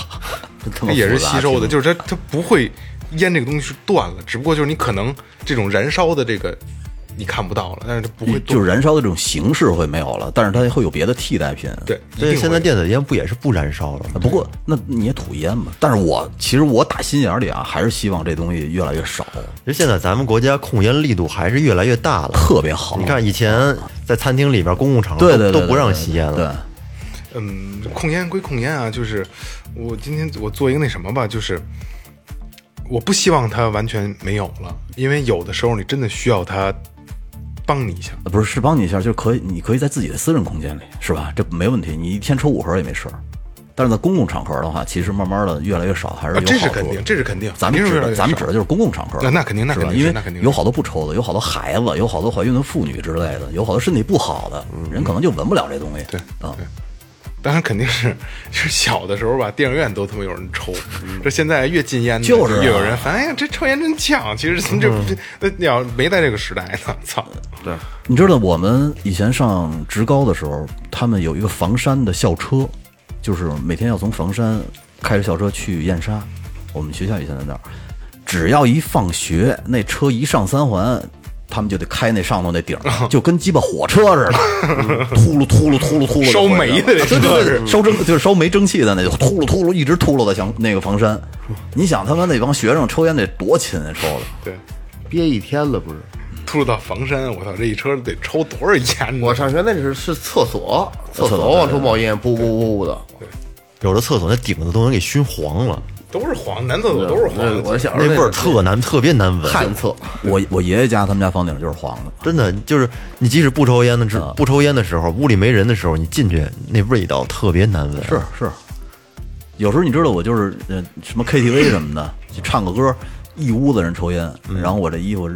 Speaker 5: 真他
Speaker 3: 它
Speaker 5: 妈
Speaker 3: 也是
Speaker 5: 复杂
Speaker 3: 吸收的，
Speaker 5: 挺
Speaker 3: 就是它它不会烟这个东西是断了，只不过就是你可能这种燃烧的这个你看不到了，但是它不会
Speaker 5: 就是
Speaker 3: 断。
Speaker 5: 燃烧的这种形式会没有了，但是它会有别的替代品。
Speaker 3: 对，一
Speaker 2: 所以
Speaker 3: 定
Speaker 2: 现
Speaker 3: 会
Speaker 2: 在电子烟不也是不燃烧了吗？
Speaker 5: 啊不过那你也吐烟嘛。但是我其实我打心眼里啊，还是希望这东西越来越少，
Speaker 2: 其实现在咱们国家控烟力度还是越来越大了。
Speaker 5: 特别好。
Speaker 2: 你看以前在餐厅里边、公共场合
Speaker 5: 对，
Speaker 2: 都
Speaker 5: 对对
Speaker 2: 都
Speaker 5: 对
Speaker 2: 不让吸烟
Speaker 5: 对
Speaker 2: 了。，
Speaker 3: 嗯，控烟归控烟啊，就是我今天我做一个那什么吧，就是我不希望它完全没有了，因为有的时候你真的需要它帮你一下。
Speaker 5: 呃不是是帮你一下，就可以，你可以在自己的私人空间里，是吧？这没问题，你一天抽五盒也没事儿。但是在公共场合的话，其实慢慢的越来越少，还是有
Speaker 3: 啊
Speaker 5: 好，处。
Speaker 3: 这是肯定，这是肯定。
Speaker 5: 咱们
Speaker 3: 肯定
Speaker 5: 指
Speaker 3: 是要
Speaker 5: 的
Speaker 3: 有
Speaker 5: 咱们
Speaker 3: 事
Speaker 5: 指
Speaker 3: 儿
Speaker 5: 的就是公共场合，
Speaker 3: 那那肯定那
Speaker 5: 是吧
Speaker 3: 肯定
Speaker 5: 因
Speaker 3: 是
Speaker 5: 为
Speaker 3: 那肯定是
Speaker 5: 有好多不抽的，有好多孩子，有好多怀孕的妇女之类的，有好多身体不好的人，可能就闻不了这东西。
Speaker 3: 嗯对
Speaker 5: 啊，
Speaker 3: 当然肯定是 *laughs* 是小的时候吧，电影院都他妈有人抽，这现在越禁烟的
Speaker 5: 嗯就是啊嗯
Speaker 3: 越有人烦。哎呀，这抽烟真呛！其实这这 *laughs* 那你要没在这个时代呢，操！
Speaker 5: 你知道我们以前上职高的时候，他们有一个房山的校车，就是每天要从房山开着校车去燕莎。我们学校以前在那儿，只要一放学，那车一上三环，他们就得开那上头那顶儿，
Speaker 3: 哦
Speaker 5: 就跟鸡巴火车似的，
Speaker 3: *laughs*
Speaker 5: 秃噜秃噜秃噜秃噜就回去了，
Speaker 3: 烧煤的那
Speaker 5: 啊对
Speaker 3: 车
Speaker 5: 对
Speaker 3: 是
Speaker 5: 对，烧蒸就是烧煤蒸汽的那就秃噜秃噜一直秃噜到像那个房
Speaker 3: *laughs*
Speaker 5: 山。你想他妈那帮学生抽烟得多勤啊，抽的。
Speaker 3: 对，
Speaker 4: 憋一天了不是？
Speaker 3: 吐到房山，我操，这一车得抽多少烟呢？
Speaker 4: 我上学那是是厕所，厕
Speaker 5: 厕
Speaker 4: 所
Speaker 5: 所
Speaker 4: 往出冒烟，噗噗噗噗的。
Speaker 2: 有的厕所那顶子都能给熏黄了，
Speaker 3: 都是黄，男厕所都是黄
Speaker 4: 那
Speaker 3: 的。
Speaker 4: 我小时
Speaker 2: 那
Speaker 4: 候
Speaker 2: 味儿
Speaker 4: 是
Speaker 2: 特难，特别难闻。
Speaker 4: 旱厕，
Speaker 5: 我我爷爷家他们家房顶就是黄的。
Speaker 2: 真的就是你即使不抽烟的
Speaker 5: 嗯
Speaker 2: 时不抽烟的时候，屋里没人的时候，你进去那味道特别难闻。
Speaker 5: 是是，有时候你知道我就是呃什么 KTV 什
Speaker 2: *laughs*
Speaker 5: 么的，去唱个歌，一屋子人抽烟，
Speaker 2: 嗯
Speaker 5: 然后我这衣服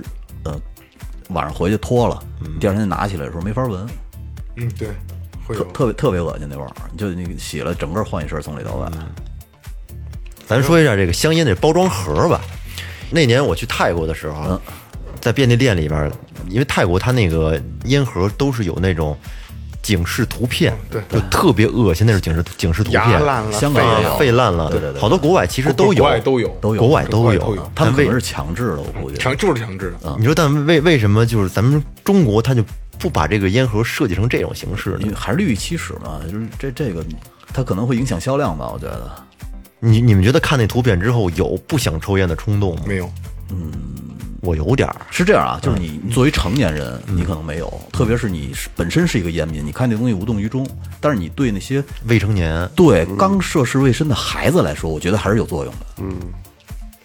Speaker 5: 呃晚上回去脱了，
Speaker 2: 嗯
Speaker 5: 第二天拿起来的时候没法闻，
Speaker 3: 嗯，对，
Speaker 2: 哎
Speaker 3: 会
Speaker 5: 特
Speaker 3: 有。
Speaker 5: 特别特别恶心那味儿，就那个洗了整个换一身从里到外。
Speaker 2: 嗯咱说一下这个香烟的包装盒吧。那年我去泰国的时候，啊
Speaker 5: 嗯
Speaker 2: 在便利店里边儿，因为泰国它那个烟盒都是有那种警示图片，
Speaker 3: 哦对
Speaker 2: 就特别恶心那种警示警示图片，
Speaker 3: 牙烂了，
Speaker 5: *laughs* 香港也
Speaker 2: 啊
Speaker 5: 有，
Speaker 2: 废烂了，
Speaker 5: 对对对，
Speaker 2: 好多国外其实
Speaker 3: 国
Speaker 2: 都有，
Speaker 3: 国外都有，
Speaker 5: 都有
Speaker 2: 国外
Speaker 3: 国
Speaker 2: 都
Speaker 3: 外都有
Speaker 2: 有，他
Speaker 5: 但
Speaker 2: 们
Speaker 5: 可
Speaker 2: 为
Speaker 5: 能啊是强制的，我估计。
Speaker 3: 强就是强制
Speaker 5: 嗯
Speaker 3: 的。
Speaker 2: 你说，但为为什么就是咱们中国它就不把这个烟盒设计成这种形式
Speaker 5: 因
Speaker 2: 呢
Speaker 5: 为？还是绿起始嘛，就是这这个，它可能会影响销量吧，我觉得。
Speaker 2: 你你们觉得看那图片之后有不想抽烟的冲动吗？
Speaker 3: 没有，
Speaker 2: 我有点儿，
Speaker 5: 是这样
Speaker 2: 嗯
Speaker 5: 啊，就是你你作为成年人，你可能没有，特别是你是本身是一个烟民，你看这东西无动于衷，但是你对那些
Speaker 2: 未成年，
Speaker 5: 对刚涉世未深的孩子来说，我觉得还是有作用的，嗯，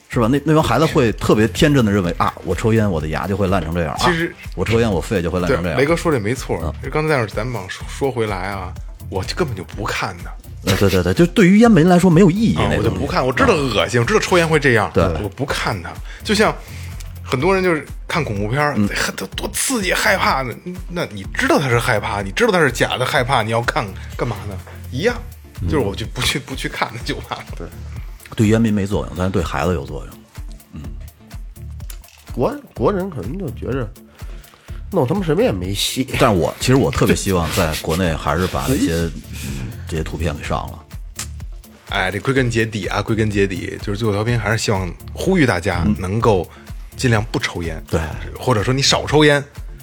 Speaker 5: 是吧？那那帮孩子会特别天真的认为啊，我抽烟我的牙就会烂成这样，啊
Speaker 3: 其实
Speaker 5: 我抽烟我肺就会烂
Speaker 3: 对
Speaker 5: 成这，样，
Speaker 3: 雷哥说这没错。
Speaker 5: 嗯
Speaker 3: 刚才在那儿咱们往说说回来啊，我就根本就不看的，
Speaker 5: 呃对对对，就对于烟民来说没有意义
Speaker 3: 啊，
Speaker 5: 那
Speaker 3: 我就
Speaker 5: 个
Speaker 3: 不看，我知道恶心，我知道抽烟会这样，
Speaker 5: 对
Speaker 3: 我不看它。就像很多人就是看恐怖片儿，
Speaker 5: 嗯
Speaker 3: 哎多多刺激，害怕呢。那你知道他是害怕，你知道他是假的害怕，你要看干嘛呢？一样，
Speaker 5: 嗯
Speaker 3: 就是我就不去不去看那就完了。对，
Speaker 5: 对烟民没作用，但是对孩子有作用。
Speaker 4: 国国人可能就觉着弄他妈什么也没戏。
Speaker 5: 但是我其实我特别希望在国内还是把那些、嗯这些图片给上了。
Speaker 3: 哎，这归根结底啊，归根结底就是最后调频还是希望呼吁大家能够尽量不抽烟，
Speaker 5: 嗯对，
Speaker 3: 或者说你少抽烟，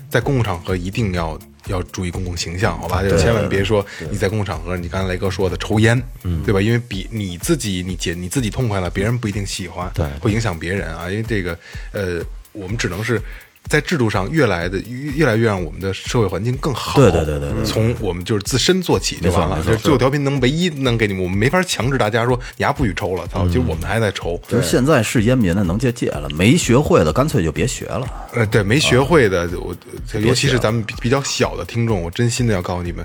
Speaker 3: 在公共场合一定要要注意公共形象，好吧？就千万别说你在公共场合，你刚才雷哥说的抽烟，
Speaker 5: 嗯
Speaker 3: 对吧？因为比你自己你解你自己痛快了，别人不一定喜欢，
Speaker 2: 对
Speaker 3: 会影响别人啊。因为这个，呃，我们只能是。在制度上越来的越越来越让我们的社会环境更好，
Speaker 5: 对对对对对
Speaker 3: 从我们就是自身做起就完了。就是最后调频能唯一能给你们，我们没法强制大家说你丫不许抽了，
Speaker 5: 嗯
Speaker 3: 操！其实我们还在抽，
Speaker 5: 就是现在是烟民的能戒戒了，没学会的干脆就别学了。
Speaker 3: 呃，对，没学会的，我这尤其是咱们比比较小的听众，我真心的要告诉你们，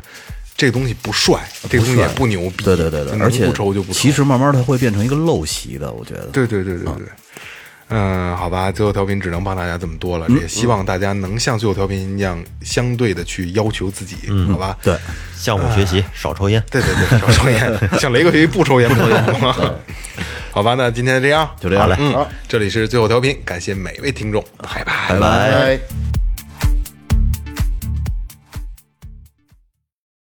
Speaker 3: 这个东西不帅，这个东西也不牛逼，
Speaker 5: 对对对对，
Speaker 3: 能
Speaker 5: 而且
Speaker 3: 不抽就不抽。
Speaker 5: 其实啊慢慢它会变成一个陋习的，我觉得。
Speaker 3: 对对对对对。嗯，好吧，最后调频只能帮大家这么多了，
Speaker 5: 嗯
Speaker 3: 也希望大家能像最后调频一样，相对的去要求自己，
Speaker 5: 嗯
Speaker 3: 好吧？
Speaker 5: 对，
Speaker 2: 向我学习，少抽烟。
Speaker 3: 对对对，少抽烟，像雷哥学习不抽烟，不抽烟。 *laughs* 好吧，那今天这样，
Speaker 5: 就这样
Speaker 2: 好嘞
Speaker 3: 嗯，这里是最后调频，感谢每位听众，拜拜。
Speaker 5: 拜拜
Speaker 4: 哎。